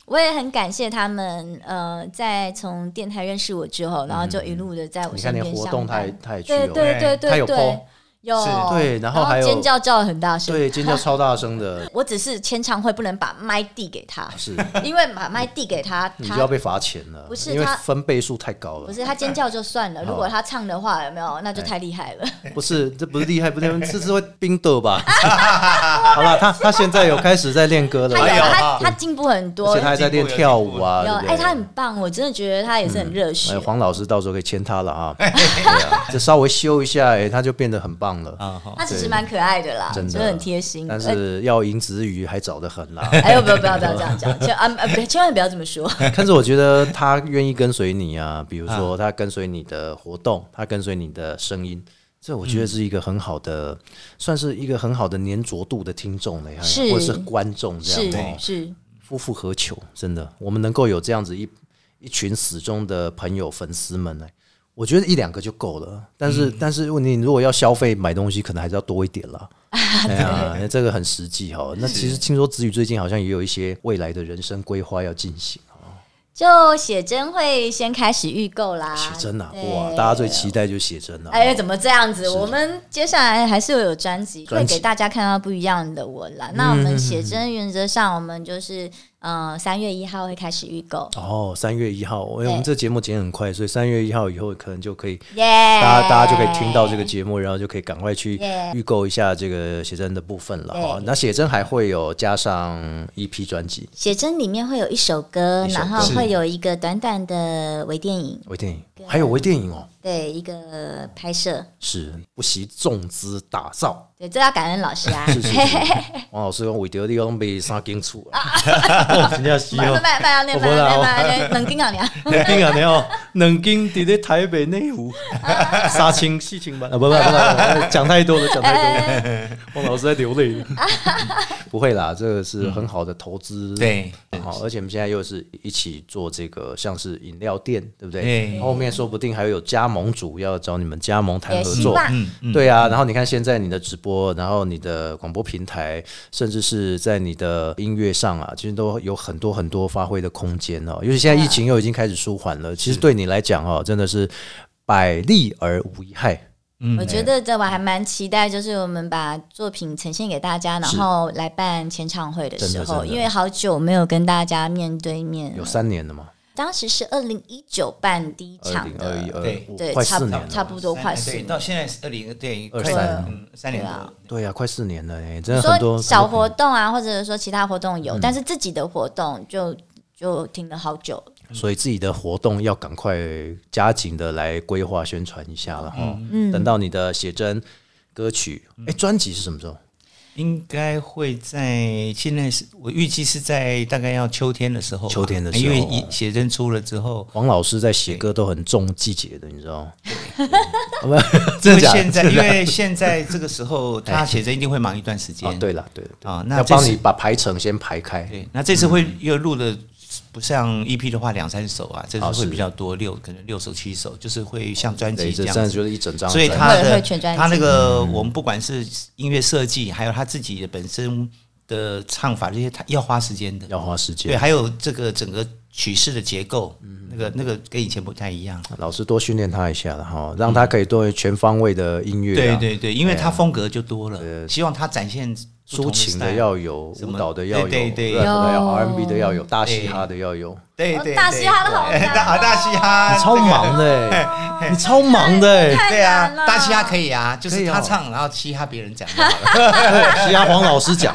Speaker 4: 我也很感谢他们，呃，在从电台认识我之后，然后就一路的在我
Speaker 1: 嗯你
Speaker 4: 身
Speaker 1: 看连
Speaker 4: 边
Speaker 1: 活
Speaker 4: 相
Speaker 1: 动他也
Speaker 4: 伴。
Speaker 1: 他也去
Speaker 4: 对
Speaker 1: 哦，
Speaker 4: 对对
Speaker 1: 他有
Speaker 4: 对对
Speaker 1: po，
Speaker 4: 有
Speaker 3: 是
Speaker 1: 对然后还有
Speaker 4: 尖叫叫得很大声。
Speaker 1: 对尖叫超大声 的，
Speaker 4: 我只是签唱会不能把麦递给他，
Speaker 1: 是
Speaker 4: 因为把麦递给他，
Speaker 1: 你就要
Speaker 4: 他
Speaker 1: 被罚钱了，
Speaker 4: 不是
Speaker 1: 因为
Speaker 4: 他
Speaker 1: 分贝数太高
Speaker 4: 不
Speaker 1: 了。
Speaker 4: 是他尖叫就算 了，如果他唱的话有没有，那就
Speaker 1: 哦哎
Speaker 4: 太厉害 了。
Speaker 1: 不是，这不是厉害，不是这是会冰斗 吧？好了，他他现在有开始在练歌了
Speaker 4: 他，
Speaker 3: 哎
Speaker 4: 有
Speaker 3: 呦
Speaker 4: 他
Speaker 3: 啊
Speaker 4: 他进步很
Speaker 1: 而
Speaker 4: 多
Speaker 1: 且，他还在练跳舞啊，
Speaker 4: 有
Speaker 1: 对不嗯对？
Speaker 4: 哎他很棒，我真的觉得他也是很热血
Speaker 1: 哎，。黄老师到时候可以签他了啊，对啊，就稍微修一下，哎，他就变得很棒棒了。
Speaker 3: 啊哈，
Speaker 4: 他其实蛮可爱的啦，
Speaker 1: 真的
Speaker 4: 就很贴心。
Speaker 1: 但
Speaker 4: 呃
Speaker 1: 是要赢子瑜还早得很啦。
Speaker 4: 哎呦，不要不要不要这样讲，千啊呃不千万不要这么说。
Speaker 1: 但是我觉得他愿意跟随你啊，比如说他跟随你的活动，他跟随你的声音，这我
Speaker 4: 嗯
Speaker 1: 觉得是一个很好的，算是一个很好的粘着度的听众哎了呀，
Speaker 4: 是
Speaker 1: 或者是观众这
Speaker 4: 是
Speaker 1: 样哦，
Speaker 4: 是，
Speaker 1: 夫复何求？真的，我们能够有这样子一一群死忠的朋友粉丝们呢、我觉得一两个就够了，但
Speaker 4: 嗯
Speaker 1: 是、但是问题，你如果要消费买东西，可能还是要多一点 啦。哎呀，这个很实际哈。那其实听说子宇最近好像也有一些未来的人生规划要进行。
Speaker 4: 啊就写真会先开始预购啦。
Speaker 1: 写真啊，
Speaker 4: 对
Speaker 1: 哇，大家最期待就是写真了、啊。
Speaker 4: 哎，怎么这样子？
Speaker 1: 是
Speaker 4: 我们接下来还是有专辑，
Speaker 1: 专
Speaker 4: 会
Speaker 1: 辑嗯
Speaker 4: 给大家看到不一样的我啦。那我们写真原则上，我们就是嗯，三月一号会开始预购，
Speaker 1: 哦，三月一号，哎、我们这节目剪很快，所以三月一号以后可能就可以，
Speaker 4: 耶！
Speaker 1: 大家大家就可以听到这个节目，然后就可以赶快去
Speaker 4: 哎 Yeah
Speaker 1: 预购一下这个写真的部分了哈
Speaker 4: 对。
Speaker 1: 那写真还会有加上一批专辑，
Speaker 4: 写真里面会有一首歌，
Speaker 1: 一首歌
Speaker 4: 然后会有一个短短的微电影，
Speaker 1: 微电影，还有微电影哦，
Speaker 4: 对，一个拍摄，
Speaker 1: 是不惜重资打 造。
Speaker 4: 对，这要感恩老师啊。
Speaker 1: 是是是，王老师讲为着你讲被三更厝啊， 真正是
Speaker 4: 慢
Speaker 1: 哦
Speaker 4: 慢。慢慢慢慢慢 慢，能跟老娘。
Speaker 1: 两斤啊，你哦，两斤伫咧台北内 湖，三千四千万啊，不不不不，讲太多了，讲太多 了，王老师在流泪了。不会啦，这个是很好的投资，
Speaker 3: 对
Speaker 1: 好，而且我们现在又是一起做这个，像是饮料店，对不对？
Speaker 3: 对
Speaker 1: 后面说不定还有加盟主要找你们加盟谈
Speaker 4: 也
Speaker 1: 合
Speaker 4: 希
Speaker 1: 作，
Speaker 4: 望
Speaker 3: 嗯嗯，
Speaker 1: 对啊，然后你看现在你的直播，然后你的广播平台，甚至是在你的音乐上啊，其实都有很多很多发挥的空间哦。尤其
Speaker 4: 啊
Speaker 1: 现在疫情又已经开始舒缓了，其实对你来讲哦，真的是百利而无一害。
Speaker 4: 我觉得这我还蛮期待，就是我们把作品呈现给大家，然后来办签唱会的时
Speaker 1: 真的
Speaker 4: 候，
Speaker 1: 真的
Speaker 4: 因为好久没有跟大家面对面
Speaker 1: 有
Speaker 4: 了。
Speaker 1: 三年了嘛，
Speaker 4: 当时是二零一九办第一
Speaker 1: 二
Speaker 4: 场
Speaker 1: 零二一
Speaker 4: 的，
Speaker 1: 二
Speaker 3: 对
Speaker 1: 五，
Speaker 4: 对，
Speaker 1: 快
Speaker 4: 差
Speaker 1: 四
Speaker 4: 不
Speaker 1: 年了。
Speaker 4: 差不多快四
Speaker 3: 对，
Speaker 4: 年。
Speaker 3: 到现在是二零对
Speaker 1: 二
Speaker 3: 快
Speaker 1: 三
Speaker 3: 嗯三年
Speaker 4: 对啊
Speaker 3: 多，
Speaker 1: 对啊，快四年了哎，真
Speaker 4: 你
Speaker 1: 的
Speaker 4: 说
Speaker 1: 很多
Speaker 4: 小活
Speaker 1: 活
Speaker 4: 动啊，或者说其他活动
Speaker 1: 嗯
Speaker 4: 有，但是自己的活动就就停了好久。
Speaker 3: 嗯
Speaker 1: 所以自己的活动要赶快加紧的来规划宣传一下了哈。
Speaker 4: 嗯
Speaker 1: 等到你的写真、歌曲，
Speaker 3: 嗯
Speaker 1: 哎，专辑是什么时候？
Speaker 3: 应该会在现在是我预计是在大概要秋天的时候吧，
Speaker 1: 秋天的时候
Speaker 3: 因为一写真出了之后，
Speaker 1: 王老师在写歌都很重季节的，你知道吗？
Speaker 3: 因
Speaker 1: 真的
Speaker 3: 为
Speaker 1: 假的
Speaker 3: 现在
Speaker 1: 真
Speaker 3: 因
Speaker 1: 的
Speaker 3: 为现在这个 时候他写真一定会忙一段时
Speaker 1: 啊
Speaker 3: 间，，
Speaker 1: 对了，对了对了
Speaker 3: 啊那
Speaker 1: 要
Speaker 3: 这
Speaker 1: 帮
Speaker 3: 是
Speaker 1: 你把排程先排开。
Speaker 3: 对，那这次会
Speaker 1: 嗯
Speaker 3: 又录的不像 EP 的话两三首啊，这次
Speaker 1: 啊是
Speaker 3: 会比较多六可能六首七首，就是会像专
Speaker 1: 对，
Speaker 3: 辑
Speaker 1: 这真
Speaker 3: 这样
Speaker 1: 的
Speaker 3: 子
Speaker 1: 就是一整张专辑，嗯
Speaker 3: 所以他
Speaker 4: 会
Speaker 3: 的
Speaker 4: 会全专辑
Speaker 3: 他那个我们不管是音乐设计，还有他自己的本身的唱法这些，他要花时间的，
Speaker 1: 要花时
Speaker 3: 对，啊
Speaker 1: 间。
Speaker 3: 还有这个整个曲式的结构，
Speaker 1: 嗯
Speaker 3: 那个那个跟以前不太一样。
Speaker 1: 老师多训练他一下了哈，让他可以多全方位的音乐
Speaker 3: 对
Speaker 1: 啊，
Speaker 3: 对对，因为他风格就多了，希望他展现不同
Speaker 1: 抒情的
Speaker 3: style
Speaker 1: 要有，
Speaker 3: 什
Speaker 1: 舞
Speaker 3: 么
Speaker 1: 蹈的要有，
Speaker 3: 对对对
Speaker 1: rap 的要
Speaker 4: 有
Speaker 1: R&B 的要有，大嘻哈的要有。
Speaker 3: 对
Speaker 4: 哦
Speaker 3: 对
Speaker 4: 大嘻哈都好难哦
Speaker 3: 大大嘻哈
Speaker 1: 你超
Speaker 3: 这个
Speaker 1: 忙的欸， 你超忙的欸，
Speaker 3: 对啊
Speaker 4: 太难了，哦
Speaker 3: 大嘻哈可以啊，就
Speaker 1: 可
Speaker 3: 是
Speaker 1: 以哦
Speaker 3: 他唱，然后嘻哈别人讲就好了。
Speaker 1: 哎嘻哈黄老师 讲，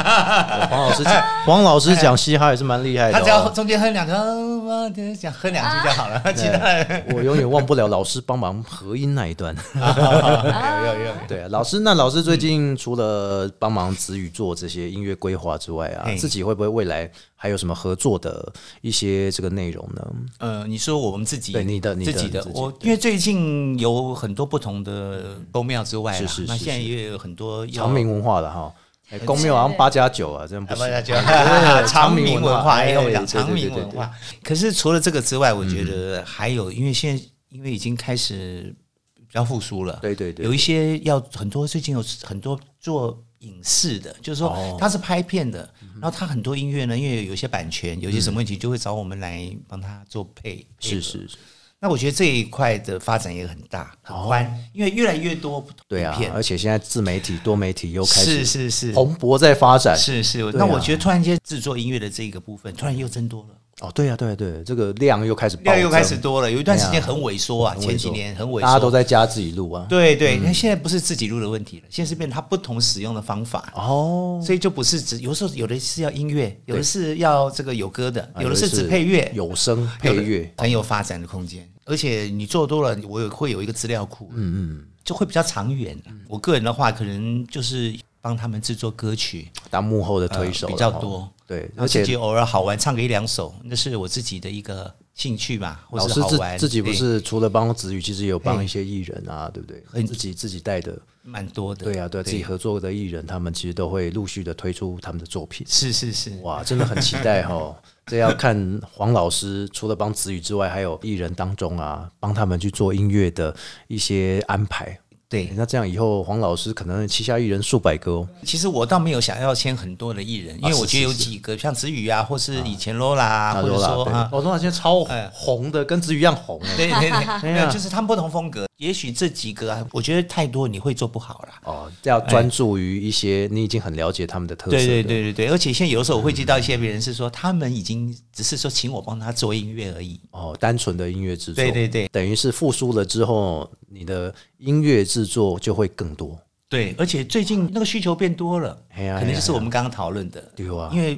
Speaker 1: 黄老师讲，黄老师讲嘻哈也是蛮厉害的
Speaker 3: 他
Speaker 1: 哦。
Speaker 3: 只要 中间哼两句，哦我讲哼两句就好 了，其他人
Speaker 1: 我永远忘不了老师帮忙合音那一段。
Speaker 3: 有有有。
Speaker 1: 对啊，老师，那老师最近除了帮忙子宇做这些音乐规划之外啊，
Speaker 3: 嘿
Speaker 1: 自己会不会未来还有什么合作的一些这个内容呢？
Speaker 3: 呃，你说我们自己
Speaker 1: 对你的你的
Speaker 3: 自己的
Speaker 1: 你自，己
Speaker 3: 我
Speaker 1: 对
Speaker 3: 因为最近有很多不同的宫庙之外
Speaker 1: 是
Speaker 3: 啦
Speaker 1: 是是，
Speaker 3: 那现在
Speaker 1: 是
Speaker 3: 也有很多要
Speaker 1: 长明文化的哈，哎公庙好像八加九啊，这样不
Speaker 3: 啊不
Speaker 1: 行。
Speaker 3: 是 就
Speaker 1: 长
Speaker 3: 长
Speaker 1: 明
Speaker 3: 明
Speaker 1: 文
Speaker 3: 文
Speaker 1: 化
Speaker 3: 化，哎，我
Speaker 1: 哎
Speaker 3: 讲
Speaker 1: 对
Speaker 3: 长
Speaker 1: 对
Speaker 3: 明
Speaker 1: 对
Speaker 3: 文
Speaker 1: 对
Speaker 3: 化。可是除了这个之外，我觉得还有，因为现在因为已经开始比较复苏了，
Speaker 1: 对对对
Speaker 3: 有一些要很多最近有很多做影视的，就是
Speaker 1: 哦
Speaker 3: 说他是拍片的，然后他很多音乐呢，因为有一些版权，有些什么问题，就会找我们来帮他做配。配
Speaker 1: 嗯是
Speaker 3: 合
Speaker 1: 是是，
Speaker 3: 那我觉得这一块的发展也很大，很宽，因为越来越多不同
Speaker 1: 哦对
Speaker 3: 的
Speaker 1: 啊
Speaker 3: 片，，
Speaker 1: 而且现在自媒体、多媒体又开
Speaker 3: 是
Speaker 1: 始
Speaker 3: 是是
Speaker 1: 蓬勃在发展。
Speaker 3: 是是，
Speaker 1: 对啊
Speaker 3: 那我觉得突然间制作音乐的这个部分，突然又增多了。
Speaker 1: 哦，对啊，对啊，对啊，这个量又开始暴增，
Speaker 3: 量又开始多了，有一段时
Speaker 1: 对
Speaker 3: 间
Speaker 1: 啊
Speaker 3: 很萎缩啊，
Speaker 1: 很萎缩，
Speaker 3: 前几年很萎缩，
Speaker 1: 大家都在家自己录啊。
Speaker 3: 对对。那现在不是自己录的问题了，现在是变成它不同使用的方法，
Speaker 1: 哦，
Speaker 3: 所以就不是只有时候有的是要音乐，有的是要这个有歌的，
Speaker 1: 啊
Speaker 3: 有的是只配乐，
Speaker 1: 有声配
Speaker 3: 有的
Speaker 1: 乐，
Speaker 3: 很有发展的空间。而且你做多了，我有会有一个资料库，嗯嗯，就会比较长远。我个人的话，可能就是帮他们制作歌曲，
Speaker 1: 当幕后的
Speaker 3: 呃
Speaker 1: 推手、
Speaker 3: 比较
Speaker 1: 然后
Speaker 3: 多，
Speaker 1: 对，
Speaker 3: 然
Speaker 1: 哦
Speaker 3: 后
Speaker 1: 而
Speaker 3: 自
Speaker 1: 且
Speaker 3: 己偶尔好玩唱个一两首，那是我自己的一个兴趣嘛，或
Speaker 1: 老
Speaker 3: 是
Speaker 1: 师
Speaker 3: 好
Speaker 1: 自
Speaker 3: 玩。
Speaker 1: 自己不
Speaker 3: 对
Speaker 1: 是除了帮子宇，其实也有帮
Speaker 3: 嘿
Speaker 1: 一些艺人啊，对不对？
Speaker 3: 很
Speaker 1: 自己自己带的，
Speaker 3: 蛮多的，
Speaker 1: 对啊，对啊自己合作的艺人，他们其实都会陆续的推出他们的作品。
Speaker 3: 是是是，
Speaker 1: 哇，真的很期待哦！ 这要看黄老师除了帮子宇之外，还有艺人当中啊，帮他们去做音乐的一些安排。
Speaker 3: 对。
Speaker 1: 那这样以后，黄老师可能旗下艺人数百个哦。
Speaker 3: 其实我倒没有想要签很多的艺人，因为
Speaker 1: 啊是
Speaker 3: 我觉得有
Speaker 1: 是是
Speaker 3: 几个像子宇啊，或是以前 Lola，啊
Speaker 1: 啊
Speaker 3: 或者
Speaker 1: 罗拉
Speaker 3: 说
Speaker 1: 对
Speaker 3: 啊，
Speaker 1: 哦，罗拉现在超
Speaker 3: 哎
Speaker 1: 红的，跟子宇一样红哎。
Speaker 3: 对 对对，没
Speaker 1: 啊
Speaker 3: 有，就是他们不同风格。也许这几个啊，我觉得太多你会做不好啦。
Speaker 1: 哦，要专注于一些你已经很了解他们的特色的。
Speaker 3: 对对对对对，而且现在有的时候我会接到一些别人是说，他们已经只是说请我帮他做音乐而已。
Speaker 1: 哦，单纯的音乐制作，
Speaker 3: 对对对
Speaker 1: 等于是复苏了之后，你的音乐制作就会更多。
Speaker 3: 对，而且最近那个需求变多了，
Speaker 1: 哎呀
Speaker 3: 可能就是我们刚刚讨论的，
Speaker 1: 对啊
Speaker 3: 因为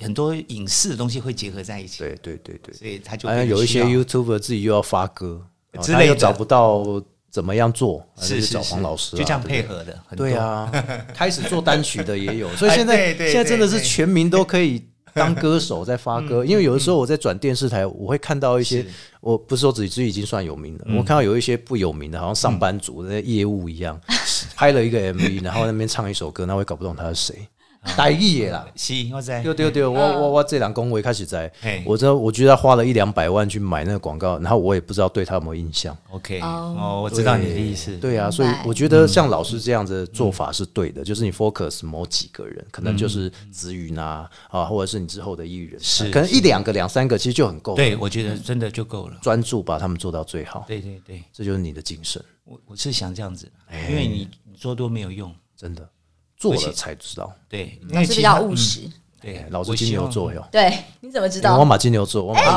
Speaker 3: 很多影视的东西会结合在一起，
Speaker 1: 对对对对，
Speaker 3: 所以他就
Speaker 1: 好像
Speaker 3: 变得
Speaker 1: 有一
Speaker 3: 需
Speaker 1: 些
Speaker 3: 要
Speaker 1: YouTuber 自己又要发歌，哦
Speaker 3: 之
Speaker 1: 他
Speaker 3: 类
Speaker 1: 又
Speaker 3: 的
Speaker 1: 找不到怎么样做，
Speaker 3: 是
Speaker 1: 那就是找黄老师啊、
Speaker 3: 是就这样
Speaker 1: 对
Speaker 3: 配合的，很多
Speaker 1: 对。啊， 开始做单曲的也 有，所以
Speaker 3: 哎
Speaker 1: 现在、
Speaker 3: 对对
Speaker 1: 现在真的是
Speaker 3: 对对嗯
Speaker 1: 全民都可以当歌手在发歌，因为有的时候我在转电视台，我会看到一些，我不是说自己自己已经算有名
Speaker 3: 嗯
Speaker 1: 了，我看到有一些不有名的，好像上班族那业务一 样，拍了一个 MV，然后那边唱一首歌，那我也搞不懂他是谁，
Speaker 3: 啊
Speaker 1: 台语的啦。
Speaker 3: 是，我在
Speaker 1: 对对对，我我我这两公我一开始在
Speaker 3: 哎嘿，
Speaker 1: 我这我觉得他花了一两百万去买那个广告，然后我也不知道对他有没有印象。
Speaker 3: OK，
Speaker 4: 哦
Speaker 3: 哦，我知道你的意思。
Speaker 1: 对啊，
Speaker 4: 明
Speaker 1: 所以
Speaker 4: 白嗯
Speaker 1: 我觉得像老师这样的做法是对的，就是你 focus 某几个人，可能就是子云啊
Speaker 4: 嗯
Speaker 1: 啊，或者是你之后的艺人，啊
Speaker 3: 是
Speaker 1: 可能一两个、两三个其实就很够，，
Speaker 3: 对，我觉得真的就够了。
Speaker 1: 专注把他们做到最好，
Speaker 3: 对对对，
Speaker 1: 这就是你的精神，
Speaker 3: 我我是想这样子，因为你你做多没有用。
Speaker 1: 真的做
Speaker 3: 而
Speaker 1: 了
Speaker 3: 且
Speaker 1: 才知道。
Speaker 3: 对，因
Speaker 4: 老
Speaker 1: 哎
Speaker 3: 为
Speaker 4: 师
Speaker 3: 其
Speaker 4: 比
Speaker 3: 他嗯
Speaker 4: 较
Speaker 1: 嗯
Speaker 4: 务。实。
Speaker 3: 对，
Speaker 1: 老子
Speaker 3: 我
Speaker 1: 金
Speaker 3: 希
Speaker 1: 牛
Speaker 3: 望
Speaker 1: 座哟，
Speaker 4: 对，你怎么知
Speaker 1: 哎我
Speaker 4: 道？哎
Speaker 1: 马金牛座，我马金牛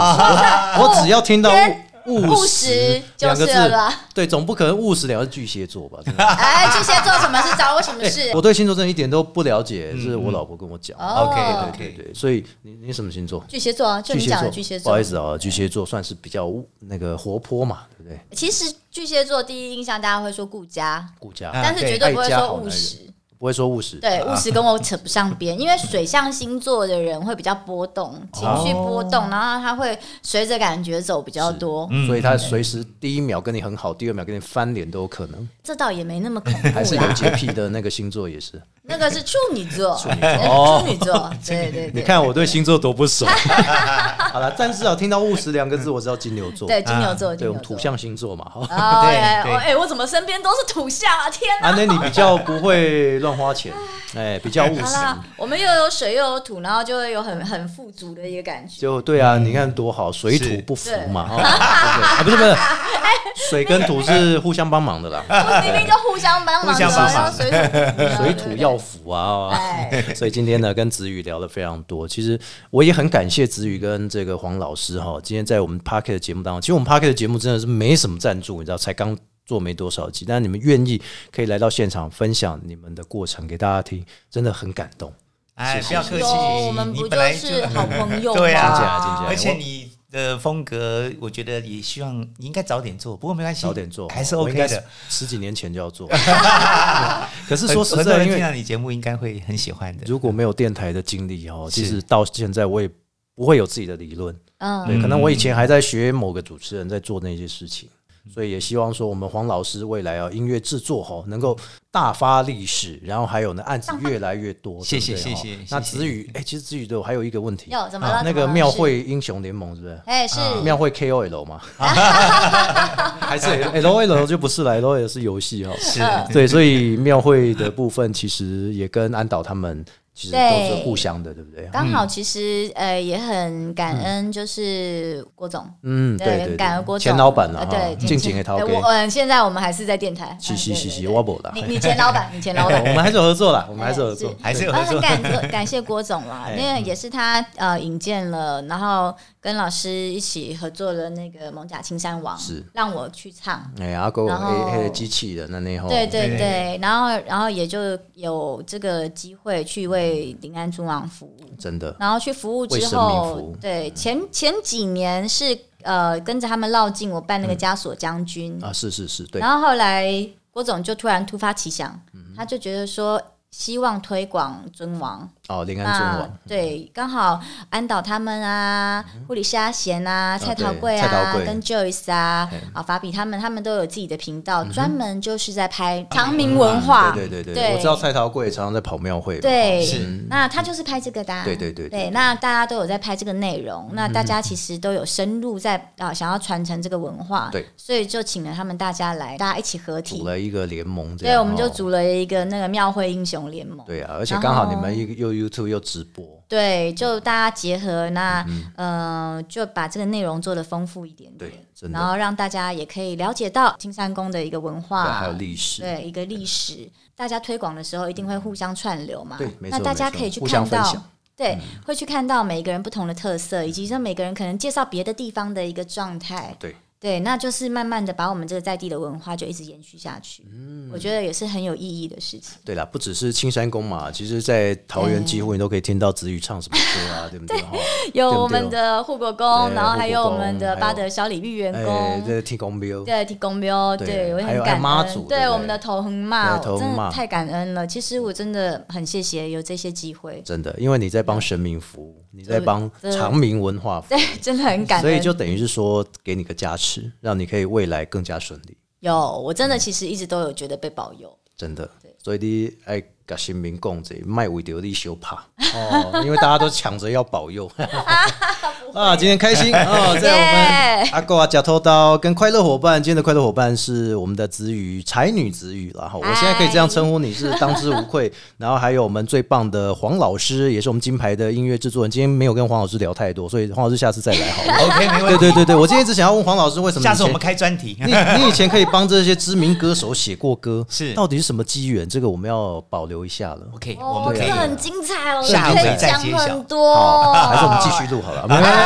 Speaker 1: 座，我只要听到
Speaker 4: 天
Speaker 1: 务
Speaker 4: 务实就
Speaker 1: 两个
Speaker 4: 是
Speaker 1: 字
Speaker 4: 了啦。
Speaker 1: 对，总不可能务实两个字巨蟹座吧？真的
Speaker 4: 哎，巨蟹座什么事找我什么事
Speaker 1: 欸？我对星座真的一点都不了
Speaker 3: 嗯
Speaker 1: 解，是我老婆跟我讲。
Speaker 4: 哦
Speaker 3: OK，
Speaker 1: 对对对，所以你你什么星座？
Speaker 4: 巨蟹座啊，就
Speaker 1: 巨
Speaker 4: 你
Speaker 1: 蟹
Speaker 4: 讲
Speaker 1: 座，
Speaker 4: 的巨蟹
Speaker 1: 不
Speaker 4: 座。
Speaker 1: 好意思啊，巨蟹座算是比较那个活泼嘛，对不对？
Speaker 4: 其实巨蟹座第一印象大家会说顾家，
Speaker 1: 顾家，
Speaker 3: 啊
Speaker 4: 但是
Speaker 3: 对
Speaker 4: 绝对不
Speaker 1: 爱
Speaker 4: 会
Speaker 1: 家好
Speaker 4: 说
Speaker 1: 男
Speaker 4: 务
Speaker 1: 人啊
Speaker 4: 实。
Speaker 1: 不会说务实。
Speaker 4: 对，务实跟我扯不上边，因为水象星座的人会比较波动，情绪波
Speaker 1: 哦
Speaker 4: 动，然后他会随着感觉走比较多。
Speaker 1: 所以他随时第一秒跟你很好，第二秒跟你翻脸都有可能，
Speaker 4: 这倒也没那么恐怖
Speaker 1: 还是有
Speaker 4: 啦。
Speaker 1: 洁癖的那个星座也是。
Speaker 4: 那个是处女座，处女
Speaker 1: 哦
Speaker 4: 座， 处女 座，对对
Speaker 1: 你
Speaker 4: 对，
Speaker 1: 看我对星座多不熟。 好了，但至少听到务实两个字，我知道金牛座。
Speaker 4: 对金牛座，
Speaker 1: 对，
Speaker 4: 金
Speaker 1: 我
Speaker 4: 牛
Speaker 1: 们
Speaker 4: 座
Speaker 1: 土。象星座嘛。哈
Speaker 4: 哦，
Speaker 3: 对
Speaker 4: 哎
Speaker 3: 对
Speaker 4: 哦哎，我怎么身边都是土象啊？天哪！
Speaker 1: 啊，那你比较不会乱花钱，哎，比较务
Speaker 4: 好
Speaker 1: 实。
Speaker 4: 啦，我们又有水又有土，然后就会有很很富足的一个感觉。
Speaker 1: 就对啊，你看多好，水土
Speaker 3: 是
Speaker 1: 不服嘛，哈，对不对啊不是不 是，
Speaker 4: 哎
Speaker 1: 水跟土是互相帮忙的啦，
Speaker 4: 明明就互相 帮忙，啊
Speaker 3: 互相帮忙
Speaker 4: 然后水土
Speaker 1: 水土要服
Speaker 3: 嗯
Speaker 1: 啊。
Speaker 4: 哎
Speaker 1: 所以今天呢，跟子宇聊了非常多。其实我也很感谢子宇跟这个黄老师哈，今天在我们 p a r k e t 的节目当中，其实我们 p a r k e t 的节目真的是没什么赞助，你知道，才刚做没多少集，但你们愿意可以来到现场分享你们的过程给大家听，真的很感动。
Speaker 3: 哎，不要客气
Speaker 4: 有，哦我们
Speaker 3: 你
Speaker 4: 不
Speaker 3: 本
Speaker 4: 就
Speaker 3: 来
Speaker 4: 是好朋友 吗？
Speaker 3: 对啊
Speaker 1: 真假真假
Speaker 3: 而且
Speaker 1: 我
Speaker 3: 你的风格，我觉得也希望你应该早点做，不过没关系，
Speaker 1: 早点做
Speaker 3: 还是
Speaker 1: 我
Speaker 3: OK
Speaker 1: 应该
Speaker 3: 的。
Speaker 1: 十几年前就要 做，可是
Speaker 3: 很
Speaker 1: 说实
Speaker 3: 很多
Speaker 1: 在，
Speaker 3: 人
Speaker 1: 因为
Speaker 3: 听到你节目应该会很喜欢的。
Speaker 1: 如果没有电台的经历哦，
Speaker 3: 是
Speaker 1: 其实到现在我也不会有自己的理论。
Speaker 4: 嗯，
Speaker 1: 对，
Speaker 3: 嗯
Speaker 1: 可能我以前还在学某个主持人在做那些事情，所以也希望说我们黄老师未来啊音乐制作哈能够大发利市，然后还有呢案子越来越多。
Speaker 3: 谢谢
Speaker 1: 对不对
Speaker 3: 谢谢
Speaker 1: 哦
Speaker 3: 谢谢
Speaker 1: 那子宇，哎，其实子宇对我还有一个问题，啊
Speaker 4: 哟怎么了
Speaker 1: 那
Speaker 4: 怎
Speaker 1: 个
Speaker 4: 么了
Speaker 1: 庙会英雄联盟是不是？
Speaker 4: 哎是
Speaker 1: 庙会 KOL 吗？还是 LOL 就不是了，LOL 是游戏哦。
Speaker 3: 是，
Speaker 1: 对，所以庙会的部分其实也跟安导他们其实都是
Speaker 4: 对
Speaker 1: 互相的，对不对？
Speaker 4: 刚好其实呃也很感恩，就是郭总，
Speaker 1: 嗯，对对
Speaker 4: 很
Speaker 1: 对，
Speaker 4: 感恩郭总
Speaker 1: 前老板了
Speaker 4: 呃
Speaker 1: 哈，
Speaker 4: 对，
Speaker 1: 敬请给他
Speaker 4: 哎
Speaker 1: OK
Speaker 4: 我。嗯，现在我们还是在电台，
Speaker 1: 是
Speaker 4: 哎
Speaker 1: 是
Speaker 4: 对
Speaker 1: 是
Speaker 4: 对
Speaker 1: 是，
Speaker 4: 对
Speaker 1: 我不啦。，
Speaker 4: 你你前老板，你前老板
Speaker 1: 哎 我们还是有合作啦，我们还是有合作
Speaker 4: 是。
Speaker 3: 还是有
Speaker 4: 我
Speaker 3: 合
Speaker 4: 很
Speaker 3: 作。
Speaker 4: 感谢感谢郭总啦，
Speaker 3: 哎
Speaker 4: 因为也是他呃引荐了，然后跟老师一起合作了那个《蒙甲青山王》，
Speaker 1: 是
Speaker 4: 让我去唱。
Speaker 1: 哎呀，阿哥，
Speaker 4: 然后
Speaker 1: 黑黑的机器人那那吼，
Speaker 4: 对对
Speaker 3: 对
Speaker 4: 对，然后然后也就有这个机会去为临安中王服务，
Speaker 1: 真的
Speaker 4: 然后去服务
Speaker 1: 为
Speaker 4: 之
Speaker 1: 神明服
Speaker 4: 后
Speaker 1: 务，嗯
Speaker 4: 对前前几年是呃跟着他们绕境，我办那个枷锁将军，
Speaker 1: 啊啊，是是是，对，嗯
Speaker 4: 然后后来郭总就突然突发奇想，他就觉得说希望推广尊王，
Speaker 1: 哦，林安尊
Speaker 4: 那
Speaker 1: 王，
Speaker 4: 对，刚好安导他们啊，护理师阿贤啊，蔡
Speaker 1: 嗯对
Speaker 4: 桃贵
Speaker 1: 蔡桃
Speaker 4: 啊
Speaker 1: 贵，哎
Speaker 4: 跟 Joyce 啊
Speaker 1: 对，
Speaker 4: 啊法比他们，他们都有自己的频
Speaker 1: 嗯
Speaker 4: 道，专门就是在拍长明文
Speaker 1: 啊
Speaker 4: 化，
Speaker 1: 对对对对，
Speaker 4: 对
Speaker 1: 我知道蔡桃贵常常在跑庙会嘛，嗯
Speaker 4: 对
Speaker 3: 是
Speaker 4: 那他就是拍这个的、啊，
Speaker 1: 对对对对嗯
Speaker 4: 对。那大家都有在拍这个内容，那大家其实都有深入在啊、想要传承这个文化，
Speaker 1: 对，
Speaker 4: 所以就请了他们大家来，大家一起合体
Speaker 1: 组，了一个联盟这
Speaker 4: 对，
Speaker 1: 样，
Speaker 4: 我们就
Speaker 1: 哦
Speaker 4: 组了一个那个庙会英雄联盟，
Speaker 1: 对啊，而且
Speaker 4: 然
Speaker 1: 刚好
Speaker 4: 后
Speaker 1: 你们又又 YouTube 又直播，
Speaker 4: 对，就大家结合，那呃，就把这个内容做的丰富一点点，
Speaker 1: 嗯对真的
Speaker 4: 然后让大家也可以了解到金山宫的一个文
Speaker 1: 对，
Speaker 4: 化，
Speaker 1: 还有历史，
Speaker 4: 对一个历史，大家推广的时候一定会互相串流嘛。
Speaker 1: 对没错
Speaker 4: 那大家
Speaker 1: 没错
Speaker 4: 可以去
Speaker 1: 互相
Speaker 4: 看
Speaker 1: 分
Speaker 4: 到
Speaker 1: 享，嗯
Speaker 4: 对，会去看到每一个人不同的特色，以及说每个人可能介绍别的地方的一个状态。
Speaker 1: 对
Speaker 4: 对，那就是慢慢的把我们这个在地的文化就一直延续下去。嗯，我觉得也是很有意义的事情。
Speaker 1: 对啦，不只是青山宫嘛，其实，在桃园几乎你都可以听到子语唱什么歌啊，对不对？哈
Speaker 4: 有
Speaker 1: 对
Speaker 4: 我们的护国公，
Speaker 1: 对
Speaker 4: 然后还有
Speaker 1: 护
Speaker 4: 我
Speaker 1: 国公
Speaker 4: 们的巴德小礼遇员
Speaker 1: 哎，
Speaker 4: 工。
Speaker 1: 这天公庙，
Speaker 4: 对，提供庙，
Speaker 1: 对
Speaker 4: 对我也
Speaker 1: 还有
Speaker 4: 很感
Speaker 1: 爱妈祖
Speaker 4: 恩。
Speaker 1: 对不对
Speaker 4: 我们的头横骂，
Speaker 1: 对头
Speaker 4: 我
Speaker 1: 横
Speaker 4: 真
Speaker 1: 骂
Speaker 4: 的太感恩了。其实我真的很谢谢有这些机会，
Speaker 1: 真的，因为你在帮神明服务，你在帮
Speaker 4: 对
Speaker 1: 长明文化服务，
Speaker 4: 对，真的很感恩。
Speaker 1: 所以就等于是说给你个加持，让你可以未来更加顺利，
Speaker 4: 有，我真的其实一直都有觉得被保佑。
Speaker 1: 真的。所以你爱跟神明共者卖为着你修怕哦，因为大家都抢着要保佑啊，今天开心哦，在我们。
Speaker 4: 耶！
Speaker 1: 阿狗啊，假偷刀跟快乐伙伴，今天的快乐伙伴是我们的子宇才女子宇了哈，我
Speaker 4: 嗨
Speaker 1: 现在可以这样称呼你是当之无愧。然后还有我们最棒的黄老师，也是我们金牌的音乐制作人。今天没有跟黄老师聊太多，所以黄老师下次再来好了。
Speaker 3: OK，没
Speaker 1: 对
Speaker 3: 问题。
Speaker 1: 对对对，我今天一直想要问黄老师，为什么
Speaker 3: 下次我
Speaker 1: 以前
Speaker 3: 们开专题。
Speaker 1: 你你以前可以帮这些知名歌手写过歌，
Speaker 3: 是
Speaker 1: 到底是什么机缘？这个我们要保留一下了，
Speaker 3: OK，我
Speaker 4: 哦，
Speaker 3: 们可
Speaker 1: 哎
Speaker 4: 这
Speaker 3: 以
Speaker 4: 很精彩哦，
Speaker 3: 下
Speaker 4: 可
Speaker 3: 回
Speaker 4: 以
Speaker 3: 再
Speaker 4: 讲
Speaker 3: 揭晓
Speaker 4: 很多。
Speaker 1: 还是我们继续录好了。没有没有没有没 有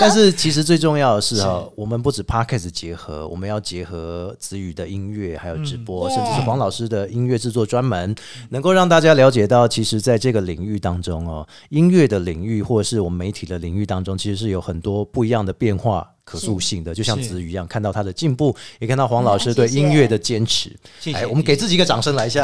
Speaker 1: 但是其实最重要的是哈，我们不止 podcast 结合，我们要结合子宇的音乐，还有直播，
Speaker 4: 嗯
Speaker 1: 甚至是黄老师的音乐制作专门，能够让大家了解到，其实在这个领域当中哦，音乐的领域或者是我们媒体的领域当中，其实是有很多不一样的变化。可塑性的，就像
Speaker 3: 是
Speaker 1: 子宇一样，看到他的进步，也看到黄老师对
Speaker 4: 谢谢
Speaker 1: 音乐的坚持。
Speaker 3: 谢谢
Speaker 1: 哎，我们给自己一个掌声来一下。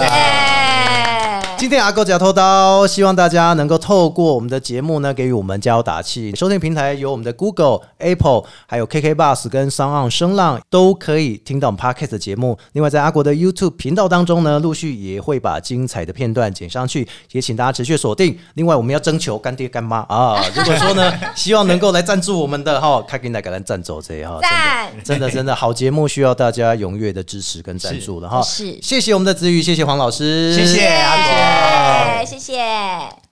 Speaker 4: 耶！
Speaker 1: 今天阿狗假偷刀，希望大家能够透过我们的节目呢，给予我们加油打气。收听平台有我们的 Google、Apple，还有 KK Bus 跟 s o n 声浪都可以听到我们 Podcast 的节目。另外，在阿国的 YouTube 频道当中呢，陆续也会把精彩的片段剪上去，也请大家持续锁定。另外，我们要征求干爹干妈啊，如果说呢，希望能够来赞助我们的哈，开给哪个人赞助这一哈，真的
Speaker 4: 赞，
Speaker 1: 真的真的好节目需要大家踊跃的支持跟赞助了哈。
Speaker 4: 是
Speaker 1: 谢谢我们的子宇，谢谢黄老师，
Speaker 3: 谢谢阿果。
Speaker 4: 耶谢谢。